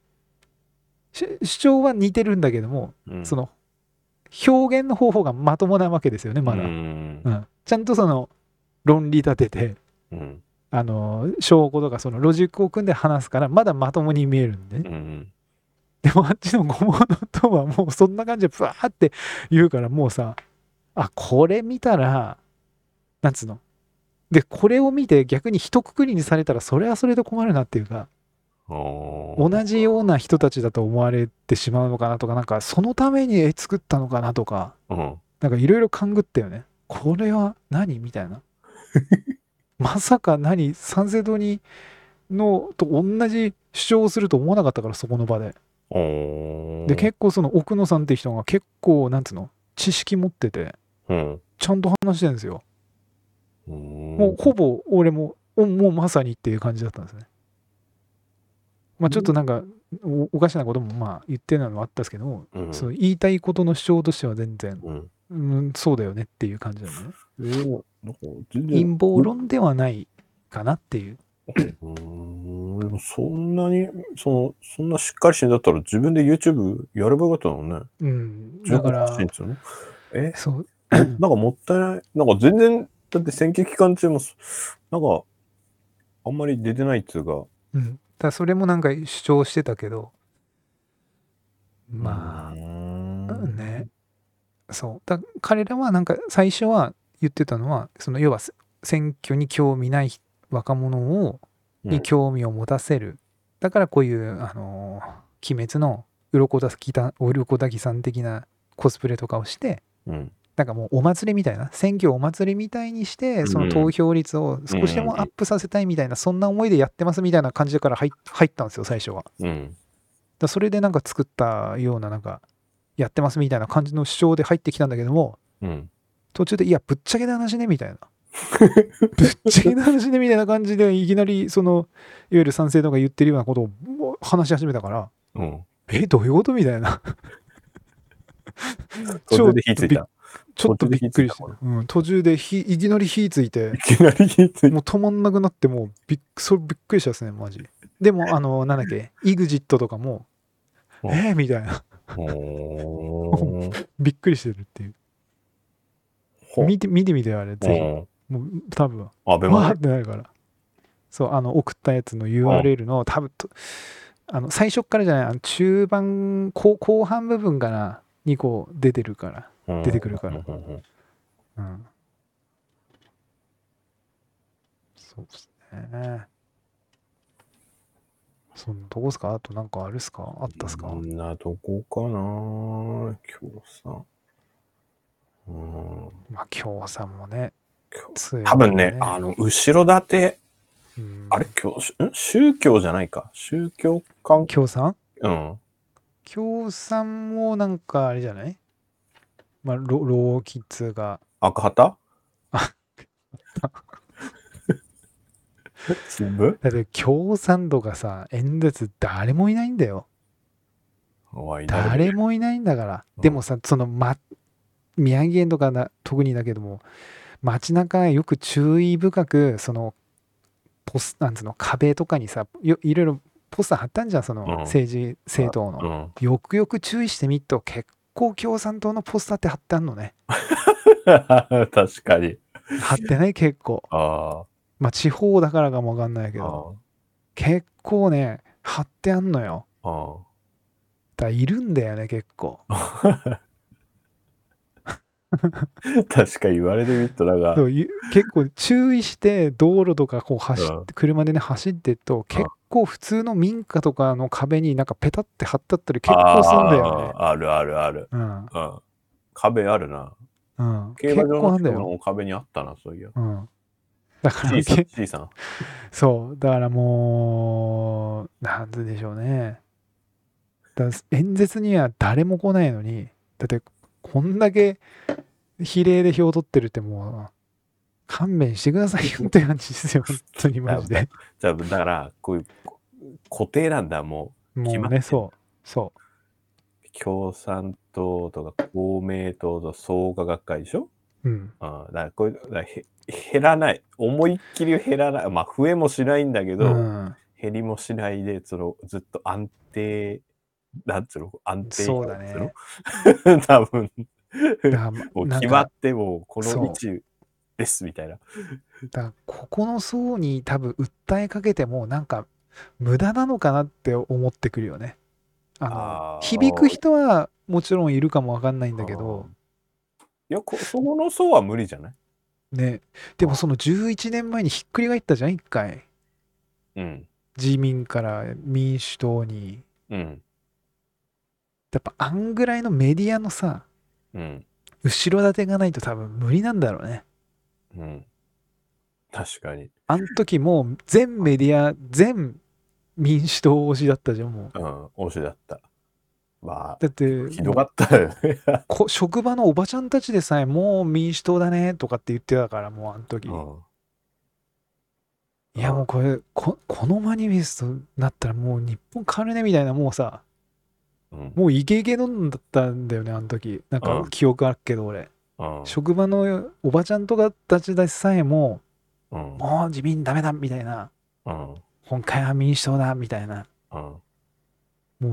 Speaker 1: し主張は似てるんだけども、
Speaker 2: ーうん
Speaker 1: その、表現の方法がまともなわけですよね、まだ。
Speaker 2: う
Speaker 1: うん
Speaker 2: ん。
Speaker 1: ちゃんとその、論理立てて、
Speaker 2: うん。
Speaker 1: あの、証拠とか、その、ロジックを組んで話すから、まだまともに見えるんでね。
Speaker 2: うん。
Speaker 1: でも、あっちのごものとは、もうそんな感じで、ブワーって言うから、もうさ、あ、これ見たら、なんつうの。で、これを見て逆に一括りにされたら、それはそれで困るなっていうか、
Speaker 2: 同
Speaker 1: 同じような人たちだと思われてしまうのかなとか、なんか、そのために絵作ったのかなとか、
Speaker 2: うん。
Speaker 1: なんかいろいろ勘ぐったよね。これは何みたいな。 *laughs* まさか何三世堂にのと同じ主張をすると思わなかったからそこの場で。
Speaker 2: おー
Speaker 1: で結構その奥野さんって人が結構なんつうの知識持ってて
Speaker 2: うん。
Speaker 1: ちゃんと話してるんですよ。も
Speaker 2: も
Speaker 1: うほぼ俺もおもうまさにっていう感じだったんですね。まあちょっとなんかおおかしなこともまあ言ってるのはあったんですけども、
Speaker 2: うん、
Speaker 1: その言いたいことの主張としては全然、
Speaker 2: うん。
Speaker 1: うん、そうだよねっていう感じなのね。
Speaker 2: えーなんか全
Speaker 1: 陰
Speaker 2: 然
Speaker 1: 謀論ではないかなっていう。
Speaker 2: うーんでもそんなに、その、そんなしっかりしてんだったら自分で YouTube やればよかったのね。
Speaker 1: うん。だから
Speaker 2: 自分、で発信するのえ、
Speaker 1: そう。
Speaker 2: なんかもったいない。なんか全然、だって選挙期間中も、なんか、あんまり出てないっつうか、
Speaker 1: うん。ただそれもなんか主張してたけど、ま
Speaker 2: うー
Speaker 1: あ、
Speaker 2: ん
Speaker 1: ね。そう。だ彼らはなんか最初は言ってたのは、その要はせ選挙に興味ない若者を、
Speaker 2: うん
Speaker 1: に興味を持たせる。だからこういう、あのー鬼滅の鱗だきた鱗滝さん的なコスプレとかをして
Speaker 2: うん。
Speaker 1: なんかもうお祭りみたいな選挙お祭りみたいにしてその投票率を少しでもアップさせたいみたいな、そんな思いでやってますみたいな感じだから入っ入ったんですよ最初は。だか
Speaker 2: うん。
Speaker 1: らそれでなんか作ったようななんかやってますみたいな感じの主張で入ってきたんだけども
Speaker 2: うん。
Speaker 1: 途中で「いやぶっちゃけた話ね」みたい
Speaker 2: *laughs*
Speaker 1: な「ぶっちゃけた話ね」みたいな感じでいきなりそのいわゆる賛成とか言ってるようなことをもう話し始めたから
Speaker 2: うん。
Speaker 1: 「えどういうこと?」みたいな
Speaker 2: 途中で火ついた。
Speaker 1: ちょっとびっくりして
Speaker 2: 途中で火つい、
Speaker 1: うん、途中で火いきなり火ついて
Speaker 2: いきなり火
Speaker 1: *laughs*
Speaker 2: ついた。
Speaker 1: もう止まんなくなってもうびっそれびっくりしたですねマジでもあのなんだっけ EXIT とかも「
Speaker 2: うん
Speaker 1: えーみたいな
Speaker 2: ほ
Speaker 1: びっくりしてるっていう見て見てみてよあれぜ
Speaker 2: う
Speaker 1: ひもう多分
Speaker 2: ん。安
Speaker 1: わー
Speaker 2: 倍ま
Speaker 1: っ。てなるから。そう、あの、送ったやつの URL の、多分と、あの、最初っからじゃない、あの中盤後、後半部分かな、にこう出てるから。
Speaker 2: うん
Speaker 1: 出てくるから
Speaker 2: うんうん
Speaker 1: うん。そうですね。そんなとこっすかあとなんかあるっすかあったっすか
Speaker 2: こんなとこかな共産。うん。
Speaker 1: まあ、京さんもね、
Speaker 2: 共
Speaker 1: 強い、ね。
Speaker 2: 多分ね、あの、後ろ盾、
Speaker 1: うん、
Speaker 2: あれ、教ん宗教じゃないか。宗教関係。
Speaker 1: 京さん
Speaker 2: うん。
Speaker 1: 京さんもなんかあれじゃないまあ、ロローキッズが *laughs*
Speaker 2: 赤旗新聞
Speaker 1: だって共産党がさ演説誰もいないんだよ誰もいないんだから、
Speaker 2: うん
Speaker 1: でもさその、ま、宮城県とかな特にだけども街中よく注意深くそのポスなんつうの壁とかにさよいろいろポスター貼ったんじゃんその
Speaker 2: うん
Speaker 1: 政治、政党の、
Speaker 2: うん。 *laughs*
Speaker 1: よくよく注意してみっと結構共産党のポスターって貼ってあんのね
Speaker 2: 確かに。
Speaker 1: 貼ってない結構
Speaker 2: あ
Speaker 1: まあ地方だからかもわかんないけ
Speaker 2: ー
Speaker 1: ど
Speaker 2: あー。
Speaker 1: 結構ね貼ってあんのよ
Speaker 2: あ
Speaker 1: だいるんだよね結構
Speaker 2: ー *laughs* 確かに言われてみっとだが
Speaker 1: そ。うゆ結構注意して道路とかこう走って、
Speaker 2: うん
Speaker 1: 車でね走ってると結構普通の民家とかの壁になんかペタって貼ったったり結構するんだよね
Speaker 2: あーあるあるある。
Speaker 1: うん
Speaker 2: うん。壁あるな。
Speaker 1: うん
Speaker 2: 競
Speaker 1: 結
Speaker 2: 馬場
Speaker 1: 構あ
Speaker 2: の
Speaker 1: んだ
Speaker 2: 近く
Speaker 1: よ、
Speaker 2: の壁にあったな、そういや。
Speaker 1: うん、だから
Speaker 2: C さん
Speaker 1: け、
Speaker 2: C さん。
Speaker 1: そうだからもうなんででしょうねだから演説には誰も来ないのにだってこんだけ比例で票取ってるってもう勘弁してくださいよって感じです
Speaker 2: *laughs*
Speaker 1: よ本当にマジで
Speaker 2: じゃあ、だから、こういうこ固定なんだ、も
Speaker 1: も
Speaker 2: 決
Speaker 1: う
Speaker 2: まって
Speaker 1: ね、
Speaker 2: る。
Speaker 1: そう。そう
Speaker 2: 共産党とか公明党と創価学会でしょ
Speaker 1: う。うん。
Speaker 2: うん。だから、こういう、だからへ減らない。思いっきり減らない。まあ、増えもしないんだけど、
Speaker 1: うん、
Speaker 2: 減りもしないで、その、ずっと安定、なんつうの、安定
Speaker 1: そうだね
Speaker 2: なんつうの *laughs* 多分、
Speaker 1: だからま
Speaker 2: *laughs* も
Speaker 1: *laughs*
Speaker 2: う
Speaker 1: なん
Speaker 2: 決ま
Speaker 1: か
Speaker 2: っても、この
Speaker 1: そう
Speaker 2: 道です、みたいな。
Speaker 1: だからここの層に多分訴えかけても、なんか無駄なのかなって思ってくるよね。あの
Speaker 2: あー
Speaker 1: 響く人はもちろんいるかもわかんないんだけど、
Speaker 2: いや、こそこの層は無理じゃない
Speaker 1: ね、でもその11年前にひっくり返ったじゃん、一回。
Speaker 2: うん。
Speaker 1: 自民から民主党に。
Speaker 2: うん。
Speaker 1: やっぱあんぐらいのメディアのさ、
Speaker 2: うん。
Speaker 1: 後ろ盾がないと多分無理なんだろうね。
Speaker 2: うん。確かに。
Speaker 1: あの時もう全メディア、全民主党推しだったじゃん、もう。
Speaker 2: うん。推しだった。まあ、
Speaker 1: だって、
Speaker 2: ひどかったよね。
Speaker 1: こ職場のおばちゃんたちでさえもう民主党だねとかって言ってたから、もうあの時。
Speaker 2: うん。
Speaker 1: いや、もうこれこ、このマニフェストになったらもう日本変わるねみたいな、もうさ、
Speaker 2: うん。
Speaker 1: もうイケイケ飲んだったんだよね、あの時。なん
Speaker 2: う
Speaker 1: か
Speaker 2: ん
Speaker 1: 記憶あるけど、俺。
Speaker 2: うん。
Speaker 1: 職場のおばちゃんとかたちでさえも、
Speaker 2: うん。
Speaker 1: もう自民ダメだみたいな、
Speaker 2: うん。
Speaker 1: 今回は民主党だみたいな、
Speaker 2: うん。
Speaker 1: もう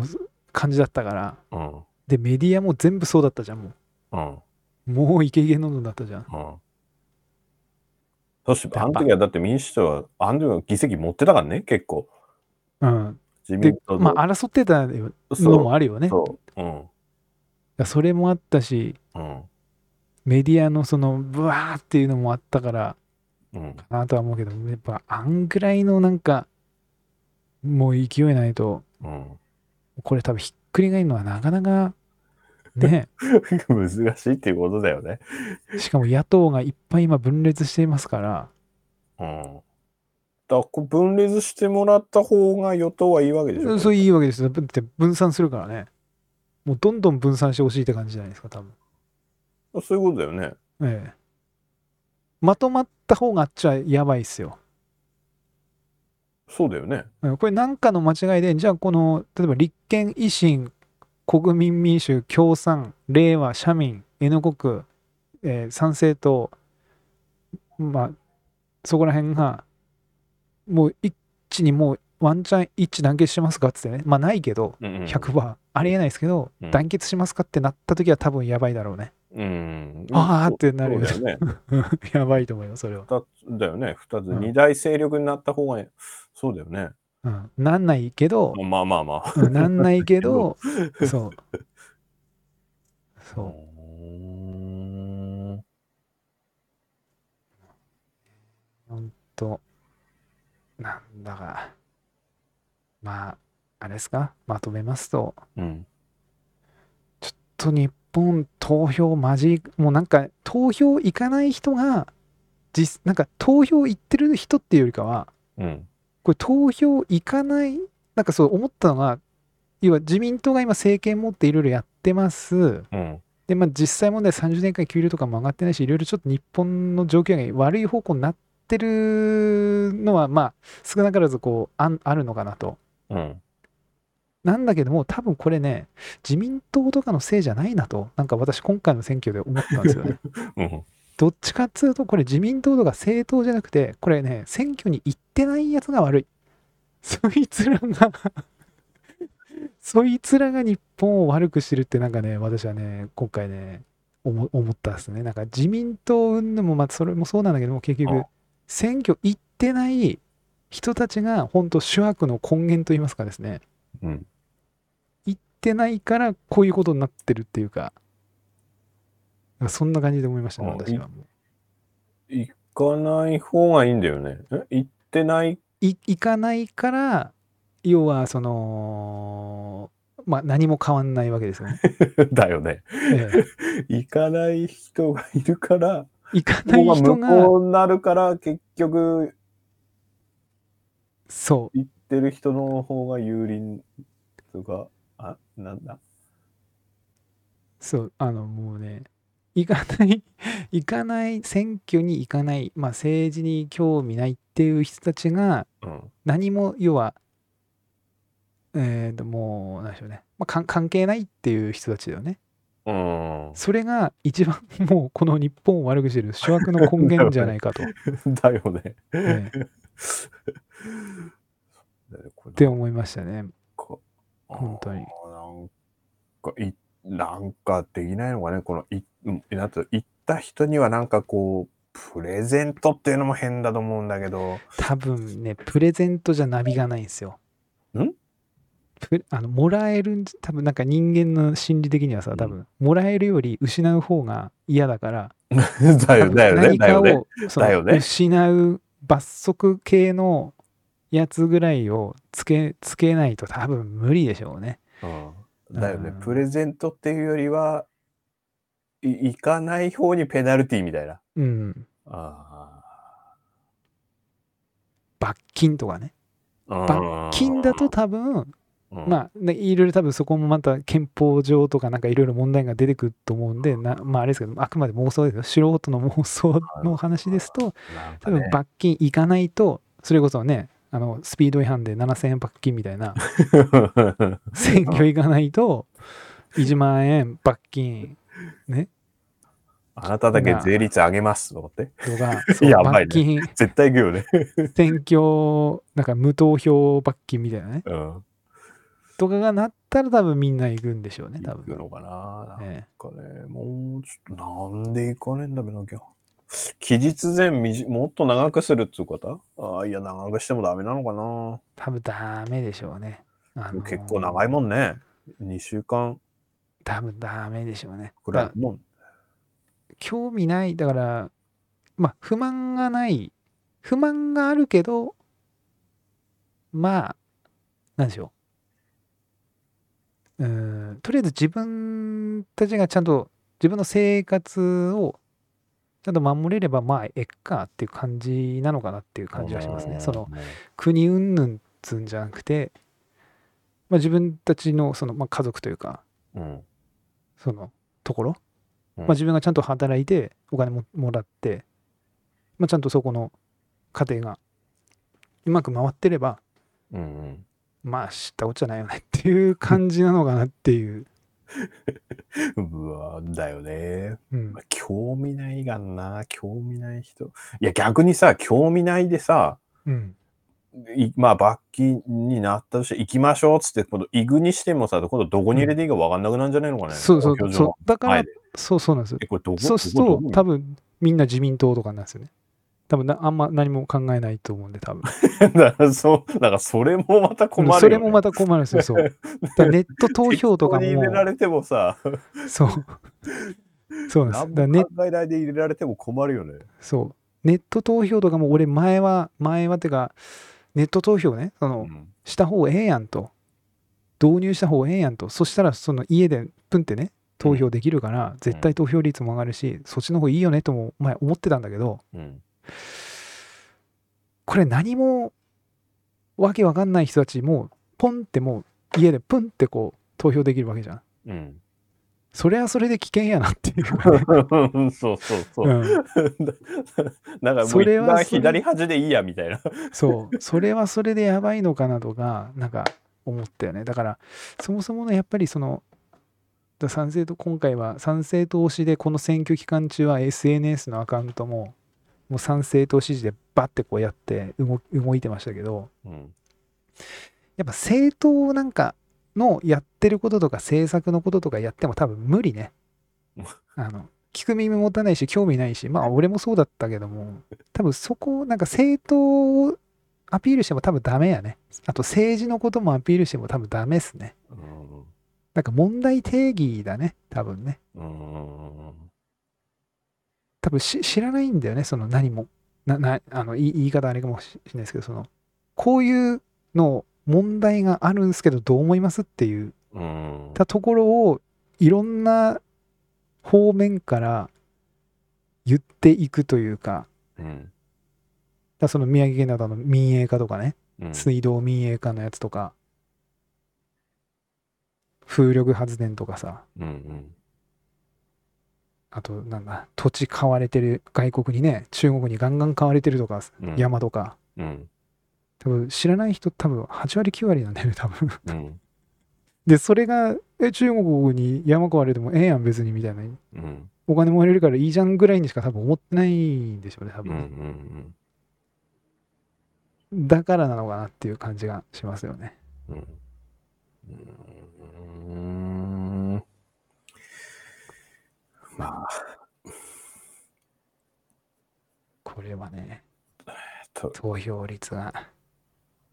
Speaker 1: 感じだったから。
Speaker 2: うん。
Speaker 1: で、メディアも全部そうだったじゃん、もう。
Speaker 2: うん。
Speaker 1: もうイケイケのんだったじゃん。
Speaker 2: うん。そして、
Speaker 1: や
Speaker 2: あ
Speaker 1: っ
Speaker 2: の
Speaker 1: ぱ
Speaker 2: 時はだって民主党は、あの時は議席持ってたからね、結構。
Speaker 1: うん。
Speaker 2: 自
Speaker 1: で
Speaker 2: 民、党
Speaker 1: まあ、争ってたのも
Speaker 2: あ
Speaker 1: あるよね。そ
Speaker 2: そう。うん。
Speaker 1: それもあったし、
Speaker 2: うん。
Speaker 1: メディアのその、ブワーっていうのもあったから、
Speaker 2: うん。
Speaker 1: なとは思うけど、やっぱ、あんぐらいのなんか、もう勢いないと、
Speaker 2: うん。 *laughs*
Speaker 1: これ多分ひっくり返るのはなかなか、ね、
Speaker 2: 難しいっていうことだよね。
Speaker 1: しかも野党がいっぱい今分裂していますから、
Speaker 2: うん。だこ分裂してもらった方が与党はいいわけでしょ。
Speaker 1: そういいわけですよ。だって分散するからね。もうどんどん分散してほしいって感じじゃないですか、多分。
Speaker 2: そういうことだよね。
Speaker 1: ええ。まとまった方があっちはやばいっすよ。
Speaker 2: そうだよね。
Speaker 1: うんこれなんかの間違いで、じゃあこの、例えば立憲、維新、国民民主、共産、令和、社民、N 国、えー参政党、まあ、そこら辺が、もう一致にもうワンチャン一致団結しますかっつってね。まあないけど、
Speaker 2: うん、
Speaker 1: 100%ありえないですけど、
Speaker 2: うん
Speaker 1: 団結しますかってなった時は多分やばいだろうね。 *laughs*
Speaker 2: うん。
Speaker 1: あーってなるよね
Speaker 2: そうだよね。
Speaker 1: やばいと思います、それは。
Speaker 2: 二つだよね。二つ、
Speaker 1: うん
Speaker 2: 二大勢力になった方が、そうだよね。
Speaker 1: うん、なんないけ
Speaker 2: *laughs*
Speaker 1: ど、
Speaker 2: まあまあまあ。
Speaker 1: うんなんないけど、
Speaker 2: *laughs*
Speaker 1: そう。
Speaker 2: う
Speaker 1: そう。
Speaker 2: ーん
Speaker 1: ほんと、なんだか、まあ、あれですか、まとめますと、
Speaker 2: うん。
Speaker 1: ちょっと日本投票マジ、もうなんか投票行かない人が、実、なんか投票行ってる人っていうよりかは、
Speaker 2: うん。
Speaker 1: これ投票行かない、なんかそう思ったのが、要は自民党が今政権持っていろいろやってます。
Speaker 2: うん。
Speaker 1: で、まあ実際問題30年間給料とかも上がってないし、いろいろちょっと日本の状況が悪い方向になってるのは、まあ少なからずこうあんあるのかなと。
Speaker 2: うん。
Speaker 1: なんだけども、多分これね、自民党とかのせいじゃないなと、なんか私今回の選挙で思ったんですよね。
Speaker 2: うん。
Speaker 1: どっちかっつうと、これ自民党とか政党じゃなくて、これね、選挙に行ってないやつが悪い。そいつらが、そいつらが日本を悪くしてるってなんかね、私はね、今回ね、思思ったですね。なんか自民党云々も、まあそれもそうなんだけども、結
Speaker 2: う
Speaker 1: 局
Speaker 2: ん、
Speaker 1: 選挙行ってない人たちが、本当主悪の根源といいますかですね、
Speaker 2: うん。
Speaker 1: 行ってないから、こういうことになってるっていうか、なんかそんな感じで思いましたね、
Speaker 2: あ
Speaker 1: 私は。
Speaker 2: 行かない方がいいんだよね。え行ってない。
Speaker 1: い行かないから要はそのまあ何も変わんないわけですよね。
Speaker 2: だよね。
Speaker 1: ええ
Speaker 2: 行かない人がいるから、
Speaker 1: 行かな
Speaker 2: こ
Speaker 1: い
Speaker 2: こが
Speaker 1: 人
Speaker 2: 無
Speaker 1: が
Speaker 2: 効になるから、結局、
Speaker 1: そう
Speaker 2: 行ってる人の方が有利とか、あ、なんだ。
Speaker 1: そうあのもうね行かない *laughs* 行かない選挙に行かない、まあ、政治に興味ないっていう人たちが
Speaker 2: うん。
Speaker 1: 何も要はえーともう何でしょうね、まあ、かん関係ないっていう人たちだよね。
Speaker 2: うん。
Speaker 1: それが一番もうこの日本を悪くしてる諸悪の根源じゃないかと、 *laughs*
Speaker 2: だよね。
Speaker 1: ええ
Speaker 2: これ
Speaker 1: って思いましたね。
Speaker 2: か
Speaker 1: 本当に
Speaker 2: あーなんかいなんかできないのかねこのいうんなんていうの行った人にはなんかこうプレゼントっていうのも変だと思うんだ
Speaker 1: *laughs*
Speaker 2: けど
Speaker 1: 多分ね、プレゼントじゃナビがないんですよ。
Speaker 2: ん
Speaker 1: プあのもらえるんじ多分なんか人間の心理的にはさ
Speaker 2: うん
Speaker 1: 多分、もらえるより失う方が嫌だから、
Speaker 2: だよ
Speaker 1: 多分
Speaker 2: だよね
Speaker 1: 何
Speaker 2: だ
Speaker 1: か
Speaker 2: よ
Speaker 1: を、
Speaker 2: ね
Speaker 1: その
Speaker 2: だよね
Speaker 1: 失う罰則系のやつぐらいをつけつけないと多分無理でしょうね。
Speaker 2: うんだよね
Speaker 1: うん
Speaker 2: プレゼントっていうよりはい行かない方にペナルティーみたいな
Speaker 1: うん
Speaker 2: あ
Speaker 1: 罰金とかね
Speaker 2: ー
Speaker 1: 罰金だと、多分
Speaker 2: うん
Speaker 1: まあ、ね、いろいろ多分そこもまた憲法上とかなんかいろいろ問題が出てくると思うんで、なまああれですけど、あくまで妄想ですよ。素人の妄想の話ですと、
Speaker 2: なん
Speaker 1: 多
Speaker 2: かね
Speaker 1: 分罰金いかないと、それこそね、あのスピード違反で7000円罰金みたい
Speaker 2: *laughs*
Speaker 1: な、選挙いかないと、1万円罰金
Speaker 2: あなただけ税率上げますと思って
Speaker 1: と
Speaker 2: *laughs*
Speaker 1: か、そう
Speaker 2: やばいね
Speaker 1: 罰金、
Speaker 2: 絶対行くよね、
Speaker 1: 選挙、なんか無投票罰金みたいなね、
Speaker 2: うん、
Speaker 1: とかがなったら多分みんな行くんでしょうね、多
Speaker 2: 行く
Speaker 1: 分。
Speaker 2: のかな
Speaker 1: え
Speaker 2: なんかね、もうちょっと、なんで行かねえんだべなきゃ。期日前みじ、もっと長くするっつう方ああ、いや、長くしてもダメなのか
Speaker 1: 多分ダメでしょうね。あ
Speaker 2: な
Speaker 1: のー
Speaker 2: 結構長いもんね。2週間
Speaker 1: 多分ダメでしょうね。
Speaker 2: くら
Speaker 1: だ
Speaker 2: いもん。
Speaker 1: 興味ない、だから、まあ、不満がない、不満があるけど、まあ、なんでしょう。うんとりあえず自分たちがちゃんと自分の生活をちゃんと守れればまあえっかっていう感じなのかなっていう感じがしますね。その国云々つんじゃなくて、まあ、自分たちのその、まあ、家族というか
Speaker 2: うん、
Speaker 1: そのところ、
Speaker 2: うん
Speaker 1: まあ、自分がちゃんと働いてお金ももらって、まあ、ちゃんとそこの家庭がうまく回ってれば
Speaker 2: うんうん、
Speaker 1: まあ知ったことじゃないよねっていう感じなのかなって
Speaker 2: *laughs*
Speaker 1: いう、
Speaker 2: うわだよね。
Speaker 1: うん
Speaker 2: まあ興味ないがんな、興味ない人。いや、逆にさ、興味ないでさ、
Speaker 1: うん、
Speaker 2: いまあ、罰金になったとして、行きましょうっつって、今度、イグにしてもさ、今度、どこに入れていいか分かんなくなるんじゃないのかね。
Speaker 1: そうそう
Speaker 2: 投票所
Speaker 1: そうだから、
Speaker 2: はい
Speaker 1: そうそうなんですよ
Speaker 2: え、これどこ、
Speaker 1: そうする
Speaker 2: ど
Speaker 1: と
Speaker 2: こどこ
Speaker 1: 多分みんな自民党とかなんですよね多分なあんま何も考えないと思うんで多分、
Speaker 2: だから、そう、だから、それもまた困るよ、ね。
Speaker 1: それもまた困るんですよそうだからネット投票とか
Speaker 2: 適当に入れら
Speaker 1: も
Speaker 2: れてもさ、
Speaker 1: そうそうなんですだから
Speaker 2: 何
Speaker 1: ね
Speaker 2: も考えないで入れられても困るよね。
Speaker 1: そうネット投票とかも俺前は前はてかネット投票ねその、
Speaker 2: うん
Speaker 1: した方がええやんと導入した方がええやんとそしたらその家でプンってね投票できるから絶対投票率も上がるし、そっちの方がいいよねとも前思ってたんだけど
Speaker 2: うん。
Speaker 1: これ何もわけわかんない人たちもポンってもう家でプンってこう投票できるわけじゃん
Speaker 2: うん。
Speaker 1: それはそれで危険やなっていうかね、
Speaker 2: そうそうそう。
Speaker 1: うん、
Speaker 2: なんかも
Speaker 1: そうれ
Speaker 2: 一
Speaker 1: は
Speaker 2: 番
Speaker 1: それ
Speaker 2: 左端でいいやみたいな。
Speaker 1: そうそれはそれでやばいのかなとかなんか思ったよねだからそもそものやっぱりそのだ参政党今回は参政党推しでこの選挙期間中は SNS のアカウントももう参政党支持でバッてこうやって動動いてましたけど
Speaker 2: うん。
Speaker 1: やっぱ政党なんかのやってることとか政策のこととかやっても多分無理ねあの聞く耳持たないし興味ないしまあ俺もそうだったけども多分そこをなんか政党をアピールしても多分ダメやねあと政治のこともアピールしても多分ダメっすね
Speaker 2: うん
Speaker 1: なんか問題定義だね多分ね
Speaker 2: うん。
Speaker 1: 多分し知らないんだよねその何もななあの言い言い方あれかもしれないですけどそのこういうの問題があるんですけどどう思いますっていう
Speaker 2: うん
Speaker 1: ったところをいろんな方面から言っていくというかだからその宮城県などの民営化とかね、
Speaker 2: うん
Speaker 1: 水道民営化のやつとか風力発電とかさ
Speaker 2: うん
Speaker 1: あとなんだ土地買われてる外国にね中国にガンガン買われてるとか、
Speaker 2: うん
Speaker 1: 山とか
Speaker 2: うん
Speaker 1: 多分知らない人多分8割9割なんだよね多分
Speaker 2: うん
Speaker 1: でそれがえ中国に山買われてもええやん別にみたいな
Speaker 2: うん
Speaker 1: お金もらえるからいいじゃんぐらいにしか多分思ってないんでしょうね多
Speaker 2: うんう
Speaker 1: 分、
Speaker 2: ん
Speaker 1: だからなのかなっていう感じがしますよね
Speaker 2: うんうんまあ
Speaker 1: これはね
Speaker 2: と
Speaker 1: 投票率が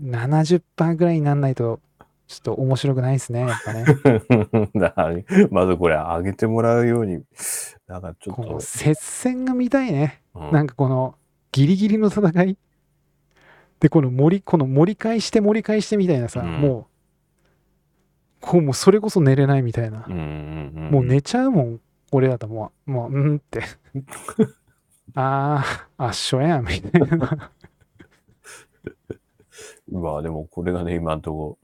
Speaker 1: 70%ぐらいになんないとちょっと面白くないですねやっぱ
Speaker 2: *laughs*
Speaker 1: ね
Speaker 2: なまずこれ上げてもらうようになんかちょっ
Speaker 1: ことう接戦が見たいね、
Speaker 2: うん
Speaker 1: なんかこのギリギリの戦いでこの盛りこの盛り返して盛り返してみたいなさ、
Speaker 2: うん
Speaker 1: もうこうもうそれこそ寝れないみたいな、
Speaker 2: うんうんうん
Speaker 1: もう寝ちゃうもん、俺だともう、もう、うん
Speaker 2: *laughs*
Speaker 1: って。ああ、圧勝やん、みたいな。 *laughs*
Speaker 2: うわでもこれがね今んとこ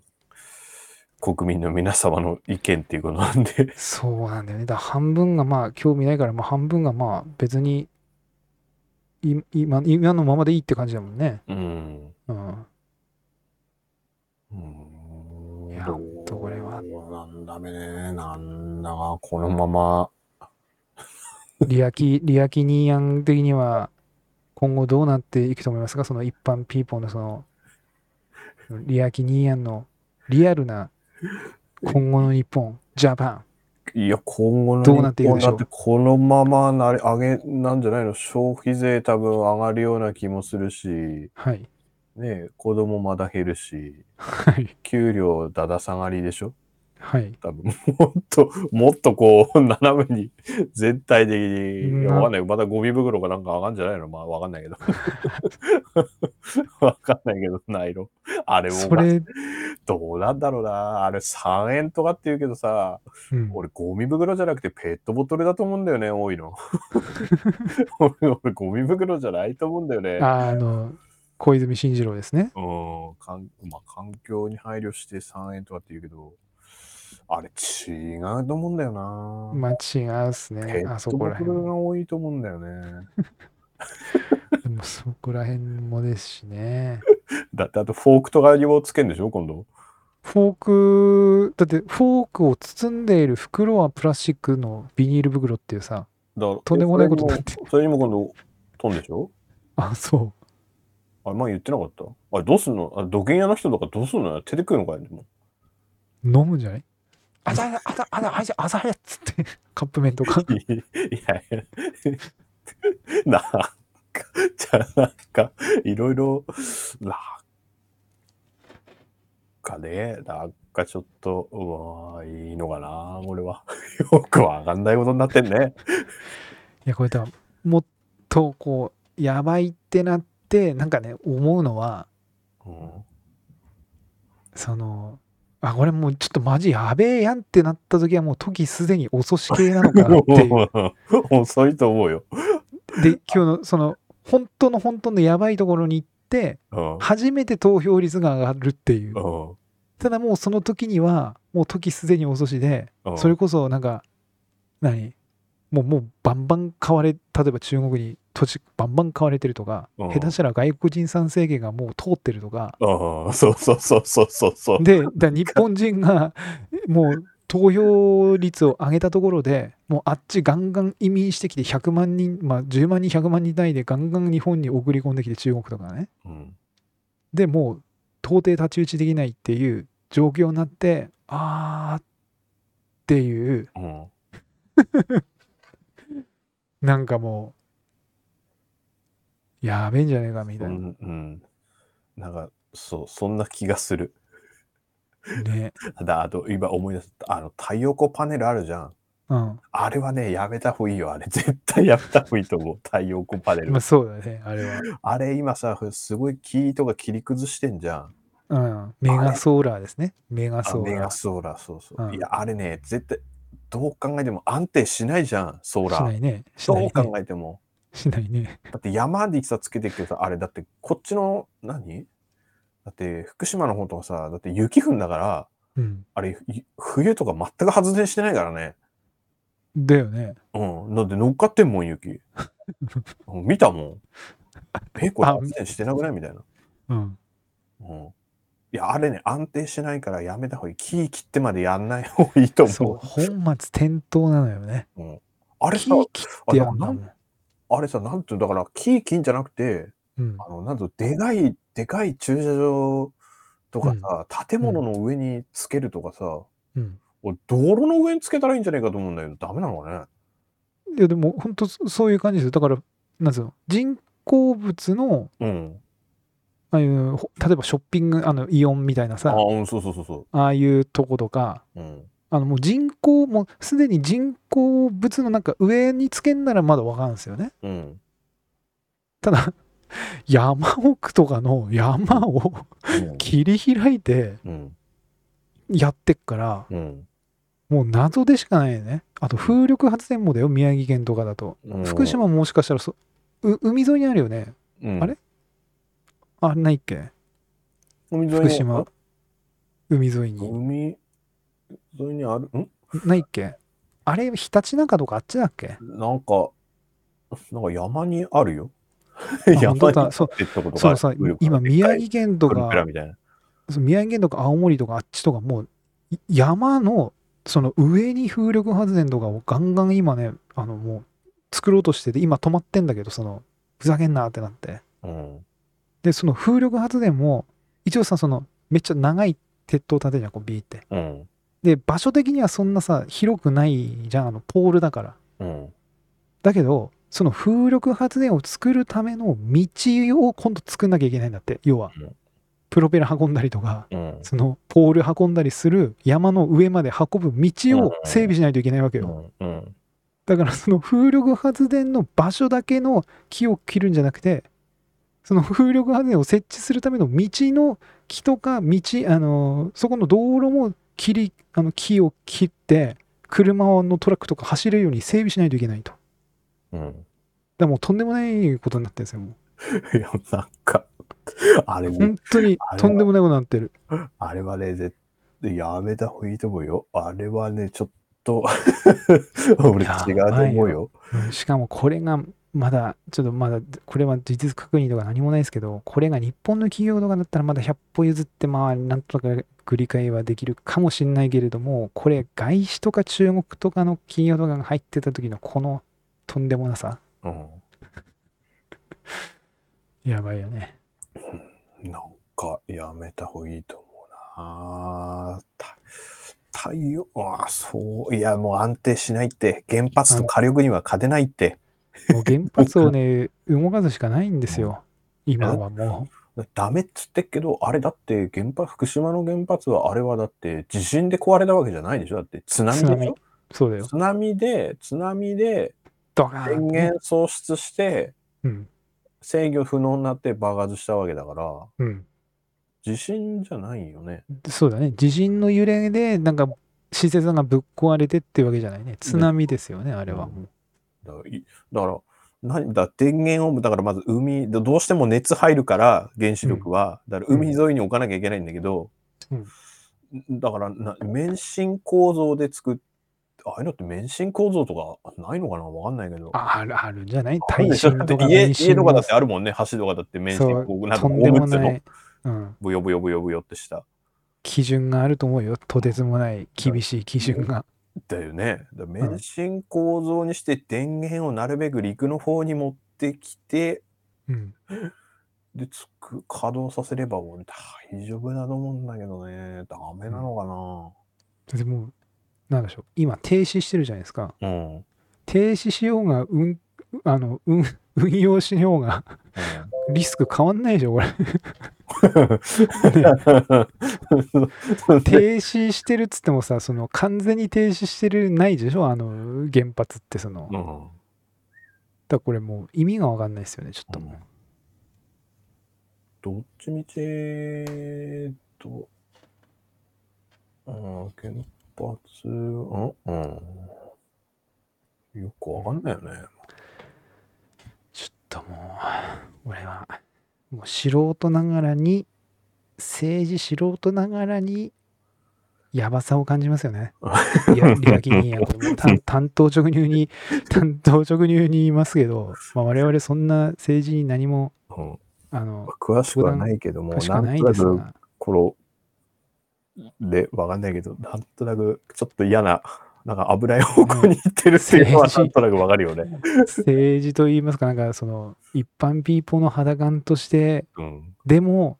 Speaker 2: 国民の皆様の意見っていうことなんで *laughs*
Speaker 1: そうなんだよね。だから半分がまあ、興味ないから、まあ、半分がまあ、別に、い今、今のままでいいって感じだもんね。
Speaker 2: うん。
Speaker 1: うん。いや
Speaker 2: ど
Speaker 1: ほんとこれは
Speaker 2: なんだめね。なんだか、このまま。
Speaker 1: リアキ、リアキニーヤン的には、今後どうなっていくと思いますかその一般ピーポーのその、リアキニーヤンのリアルな今後の日本、ジャパン。
Speaker 2: いや、今後の
Speaker 1: どうなっていくでしょう
Speaker 2: 日本だってこのままなれ上げ、なんじゃないの消費税多分上がるような気もするし、
Speaker 1: はい。
Speaker 2: ねえ子供まだ減るし、
Speaker 1: はい。
Speaker 2: 給料だだ下がりでしょ
Speaker 1: はい。
Speaker 2: 多分 *laughs* もっと、もっとこう、 *laughs* 斜めに、全体的に、いや
Speaker 1: な
Speaker 2: わかんない。またゴミ袋かなんか上がんじゃないのまあ、わかんないけど。 *laughs* わかんないけど、ナイロン。あれも、
Speaker 1: それ、
Speaker 2: どうなんだろうな。あれ3円とかって言うけどさ、
Speaker 1: うん、
Speaker 2: 俺ゴミ袋じゃなくてペットボトルだと思うんだよね、多いの。 *laughs* 俺、俺ゴミ袋じゃないと思うんだよね。
Speaker 1: ああの、小泉進次郎ですね。
Speaker 2: うん、かんまあ、環境に配慮して3円とかって言うけど、あれ違うと思うんだよな。
Speaker 1: まあ違うっす
Speaker 2: ペ
Speaker 1: ね。あ
Speaker 2: ッ
Speaker 1: そ
Speaker 2: ト
Speaker 1: こ
Speaker 2: ボ
Speaker 1: ら
Speaker 2: ト
Speaker 1: 辺。
Speaker 2: ルが多いと思うんだよね。
Speaker 1: でもそこら辺もですしね。
Speaker 2: だってあとフォークとかにもつけんでしょ、今度。
Speaker 1: フォーク、だってフォークを包んでいる袋はプラスチックのビニール袋っていうさ、
Speaker 2: だから
Speaker 1: とんでもないことになって
Speaker 2: それにもそれにも今度、飛んでしょ
Speaker 1: あ、そ
Speaker 2: あれ、前言ってなかったあれ、どうすんのあ土建屋の人とかどうすんの手で食うのかよ、でも。
Speaker 1: う、飲むんじゃないあざや、あざ、あざ、あざ、あざやっつって、カップ麺とか。
Speaker 2: いや *laughs* いや、なんか、じゃあなんか、いろいろ、なんかね、なんかちょっと、うわーいいのかな、俺は。 *laughs* よくわかんないことになってんね。
Speaker 1: いやこれ多分もっとこうやばいってなってなんかね思うのは
Speaker 2: うん
Speaker 1: そのあこれもうちょっとマジやべえやんってなった時はもう時すでに遅し系なのかなって
Speaker 2: *laughs*
Speaker 1: いう *laughs*
Speaker 2: 遅いと思うよ。
Speaker 1: で今日のその本当の本当のやばいところに行って
Speaker 2: うん。
Speaker 1: 初めて投票率が上がるっていう
Speaker 2: うん
Speaker 1: ただもうその時にはもう時すでに遅しで
Speaker 2: うん
Speaker 1: それこそなんか何もうもうバンバン買われ例えば中国に土地バンバン買われてるとか、
Speaker 2: うん
Speaker 1: 下手したら外国人参政権がもう通ってるとか
Speaker 2: うんそうそうそうそうそうそう。
Speaker 1: でだから日本人がもう投票率を上げたところでもうあっちガンガン移民してきて100万人、まあ、10万人100万人単位でガンガン日本に送り込んできて中国とかね
Speaker 2: うん
Speaker 1: でもう到底太刀打ちできないっていう状況になってあーっていう
Speaker 2: うん
Speaker 1: なんかもう、やべえんじゃねえかみ
Speaker 2: う
Speaker 1: たいな。
Speaker 2: んうん。なんか、そう、そんな気がする。
Speaker 1: ね。
Speaker 2: だあと今思い出したあの太陽光パネルあるじゃん
Speaker 1: うん。
Speaker 2: あれはねやめた方がいいよあれ絶対やめた方がいいと
Speaker 1: *laughs*
Speaker 2: 思う太陽光パネル
Speaker 1: まあそうだね、あれは。
Speaker 2: あれ今さすごい木とか切り崩してんじゃん
Speaker 1: うん。メガソーラーですね。メガ
Speaker 2: あ
Speaker 1: ソ
Speaker 2: メ
Speaker 1: ーラ
Speaker 2: ガ
Speaker 1: ー。
Speaker 2: ソーラーそうそう、
Speaker 1: うん
Speaker 2: いやあれね絶対どう考えても安定しないじゃんソーラ
Speaker 1: しな
Speaker 2: ー
Speaker 1: いね。しな
Speaker 2: ど
Speaker 1: いうね。
Speaker 2: 考えても
Speaker 1: しないね。
Speaker 2: だって山でさつけてるけどさあれだってこっちの何だって福島の方とかさだって雪降んだから
Speaker 1: うん。
Speaker 2: あれゆ冬とか全く発電してないからね
Speaker 1: だよね。
Speaker 2: うん。だって乗っかってんもん、雪。
Speaker 1: *laughs*
Speaker 2: うん見たもん。え、これ
Speaker 1: あ
Speaker 2: 発電してなくないみたいな。
Speaker 1: うん。
Speaker 2: うん。いや、あれね、安定してないからやめた方がいい。木切ってまでやんない方がいいと
Speaker 1: そう。
Speaker 2: 思
Speaker 1: 本末転倒なのよね。
Speaker 2: う。うん、あれ
Speaker 1: 木
Speaker 2: さ、
Speaker 1: 切ってやんだもん。
Speaker 2: あれさ、なんていうのだから、木切んじゃなくて、
Speaker 1: うん。
Speaker 2: あの、なんと、でかい、でかい駐車場とかさ、建物の上につけるとかさ、
Speaker 1: うん。
Speaker 2: 俺道路の上につけたらいいんじゃないかと思うんだけど、ダメなのかね。
Speaker 1: いや、でも本当そういう感じですよ。だから、なんつうの、人工物の、
Speaker 2: うん。
Speaker 1: ああいう、ほ例えばショッピング、あの、イオンみたいな
Speaker 2: あ
Speaker 1: さ、
Speaker 2: あ、うん、そうそうそうそ
Speaker 1: ああいうとことか、
Speaker 2: う。うん。
Speaker 1: あのもう人工もうすでに人工物のなんか上につけんならまだわかるんですよね
Speaker 2: うん。
Speaker 1: ただ山奥とかの山を切り開いて
Speaker 2: うん。
Speaker 1: やってっから
Speaker 2: うん。
Speaker 1: もう謎でしかないよねあと風力発電もだよ宮城県とかだと
Speaker 2: うん
Speaker 1: 福島ももしかしたらそう海沿いにあるよね
Speaker 2: うん
Speaker 1: あれあないっけ
Speaker 2: 海沿いに
Speaker 1: 福島海沿いに
Speaker 2: 海沿いにあるん
Speaker 1: ないっけあれひたちなかとかあっちだっ
Speaker 2: *laughs*
Speaker 1: け
Speaker 2: なんか、なんか山にあるよ。
Speaker 1: 本当だそう
Speaker 2: ってことか
Speaker 1: そうさ
Speaker 2: 古く
Speaker 1: 今
Speaker 2: からでっか
Speaker 1: 宮
Speaker 2: い
Speaker 1: 城県と
Speaker 2: プル
Speaker 1: か
Speaker 2: プラみたいな。
Speaker 1: その宮城県とか青森とかあっちとかもうい山のその上に風力発電とかをガンガン今ねあのもう作ろうとしてて今止まってんだけどそのふざけんなってなって
Speaker 2: うん。
Speaker 1: でその風力発電も一応さそのめっちゃ長い鉄塔建てるじゃんこうビーって
Speaker 2: うん。
Speaker 1: で場所的にはそんなさ広くないじゃんあのポールだから
Speaker 2: うん。
Speaker 1: だけどその風力発電を作るための道を今度作んなきゃいけないんだって要はプロペラ運んだりとか、
Speaker 2: うん
Speaker 1: そのポール運んだりする山の上まで運ぶ道を整備しないといけないわけ
Speaker 2: う
Speaker 1: よ。
Speaker 2: んうん
Speaker 1: だからその風力発電の場所だけの木を切るんじゃなくて、その風力発電を設置するための道の木とか道、あのそこの道路も切り、あの木を切って、車のトラックとか走れるように整備しないといけないと。だか
Speaker 2: うん *laughs*
Speaker 1: らもうとんでもないことになってるんですよ、も
Speaker 2: いやなんかあれ
Speaker 1: う。
Speaker 2: も
Speaker 1: 本当にとんでもないことになってる。
Speaker 2: あれはね絶対やめた方がいいと思うよあれはねちょっと
Speaker 1: *laughs*
Speaker 2: 俺
Speaker 1: や
Speaker 2: 違うと思うよ
Speaker 1: うんしかもこれがまだちょっとまだこれは事実確認とか何もないですけどこれが日本の企業とかだったらまだ100歩譲ってまあなんとか繰り返はできるかもしれないけれどもこれ外資とか中国とかの企業とかが入ってた時のこのとんでもなさやばいよね
Speaker 2: うん、なんかやめた方がいいと思うなた太陽あそういやもう安定しないって原発と火力には勝てないって
Speaker 1: もう原発をね動かすしかないんですよ今はも
Speaker 2: ダメっつってっけどあれだって原発福島の原発はあれはだって地震で壊れたわけじゃないでしょだって津波でしょ
Speaker 1: うそうだよ
Speaker 2: 津波で津波で
Speaker 1: ドカー
Speaker 2: 電
Speaker 1: ンってね
Speaker 2: 源喪失して
Speaker 1: うん
Speaker 2: 制御不能になって爆発したわけだから
Speaker 1: うん
Speaker 2: 地震じゃないよね
Speaker 1: そうだね地震の揺れでなんか施設がぶっ壊れてっていうわけじゃないね津波ですよね、あれはもう
Speaker 2: だからいだから何だ電源をだからまず海どどうしても熱入るから原子力は、だから海沿いに置かなきゃいけないんだけど、
Speaker 1: うん
Speaker 2: だからな免震構造で作っああいうのって免震構造とかないのかなわかんないけど。
Speaker 1: ああるあるんじゃない
Speaker 2: あ
Speaker 1: 耐
Speaker 2: るでしょ
Speaker 1: 震
Speaker 2: だっ
Speaker 1: と
Speaker 2: て
Speaker 1: か
Speaker 2: 家
Speaker 1: 免震
Speaker 2: 家とか
Speaker 1: の
Speaker 2: だってあるもんね、橋とかだって免震
Speaker 1: そう
Speaker 2: 構造、なんか
Speaker 1: と
Speaker 2: ゴ
Speaker 1: んで
Speaker 2: ム
Speaker 1: も
Speaker 2: って
Speaker 1: な
Speaker 2: の
Speaker 1: い、うん、
Speaker 2: ブヨブヨブヨブヨってした。
Speaker 1: 基準があると思うよとてつもない厳しい基準が、
Speaker 2: だよね。だから免震構造にして電源をなるべく陸の方に持ってきて、
Speaker 1: うん、
Speaker 2: で、つく、稼働させれば俺大丈夫だと思うんだけどね。ダメなの
Speaker 1: でもうなんでしょう今停止してるじゃないですか
Speaker 2: かなうん。うん
Speaker 1: 停止しようが運あの運運用しようが *laughs* リスク変わんないでしょこれ
Speaker 2: *laughs* *laughs*
Speaker 1: 停止してるっつってもさその完全に停止してるないでしょあの原発ってその、
Speaker 2: う
Speaker 1: だか
Speaker 2: ん。
Speaker 1: らこれもう意味がわかんないですよねちょっとも
Speaker 2: どっちみち、えっと、うん、原発、うん、うん。よくわかんないよね。
Speaker 1: うちょっともう俺はもう素人ながらに政治素人ながらにやばさを感じますよ *laughs* ね。いや、リアキニやもう *laughs* た単刀直入に、単刀直入に言いますけど、まあ、我々そんな政治に何も、
Speaker 2: うん。
Speaker 1: あの、
Speaker 2: 詳しくはないけども、
Speaker 1: 詳し
Speaker 2: な
Speaker 1: くなんい
Speaker 2: とな
Speaker 1: です
Speaker 2: く、
Speaker 1: が、
Speaker 2: この、で、わかんないけど、なんとなく、ちょっと嫌な、なんか危ない方向に行ってるっていうの *laughs* は、
Speaker 1: 政治
Speaker 2: なんとなくわかるよね。
Speaker 1: 政治と言いますか、なんかその、一般ピーポーの肌感として、
Speaker 2: うん。
Speaker 1: でも、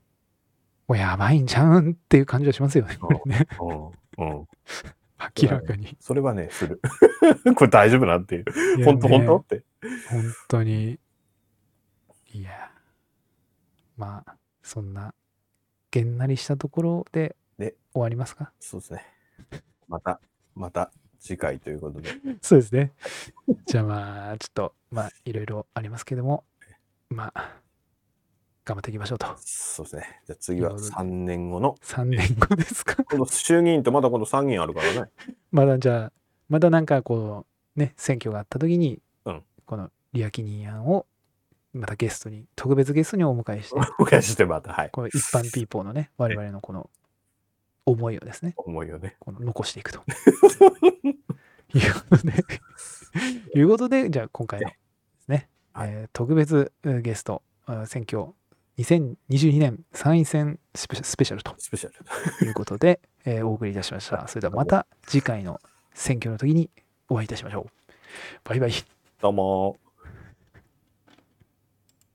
Speaker 1: もうやばいんじゃんっていう感じはしますよね、これね
Speaker 2: うん。うん。
Speaker 1: 明らかに。
Speaker 2: それはね、する。 *laughs* これ大丈夫なんていう。本当
Speaker 1: いやね
Speaker 2: 本当って。
Speaker 1: 本当にいやまあそんなげんなりしたところで終
Speaker 2: で
Speaker 1: わります
Speaker 2: *laughs*
Speaker 1: か
Speaker 2: そうですね。また、また次回ということで。
Speaker 1: そうですねじゃあまあちょっとまあいろいろありますけどもまあ頑張っていきましょうと
Speaker 2: そうですね。じゃあ次は3年後の、
Speaker 1: 3年後ですか *laughs*
Speaker 2: 今度衆議院とまた今度参議院あるからね。
Speaker 1: まだじゃあまだなんかこうね選挙があった時に、
Speaker 2: うん
Speaker 1: このリアキニアンをまたゲストに特別ゲストにお迎えして
Speaker 2: お返ししてまた、はい。
Speaker 1: この一般ピーポー
Speaker 2: *laughs*
Speaker 1: のね我々のこの思いをですね
Speaker 2: 思いよね。
Speaker 1: この残していく
Speaker 2: *laughs*
Speaker 1: と。いうことで、いうことで、じゃあ今回のですね、
Speaker 2: はい
Speaker 1: えー特別えーゲストえー選挙2022年参院選スペシャスペシャルと
Speaker 2: スペシャル。
Speaker 1: いうこと
Speaker 2: *laughs*
Speaker 1: で、えーお送りいたしました。それではまた次回の選挙の時にお会いいたしましょう。バイバイ。
Speaker 2: どうもー。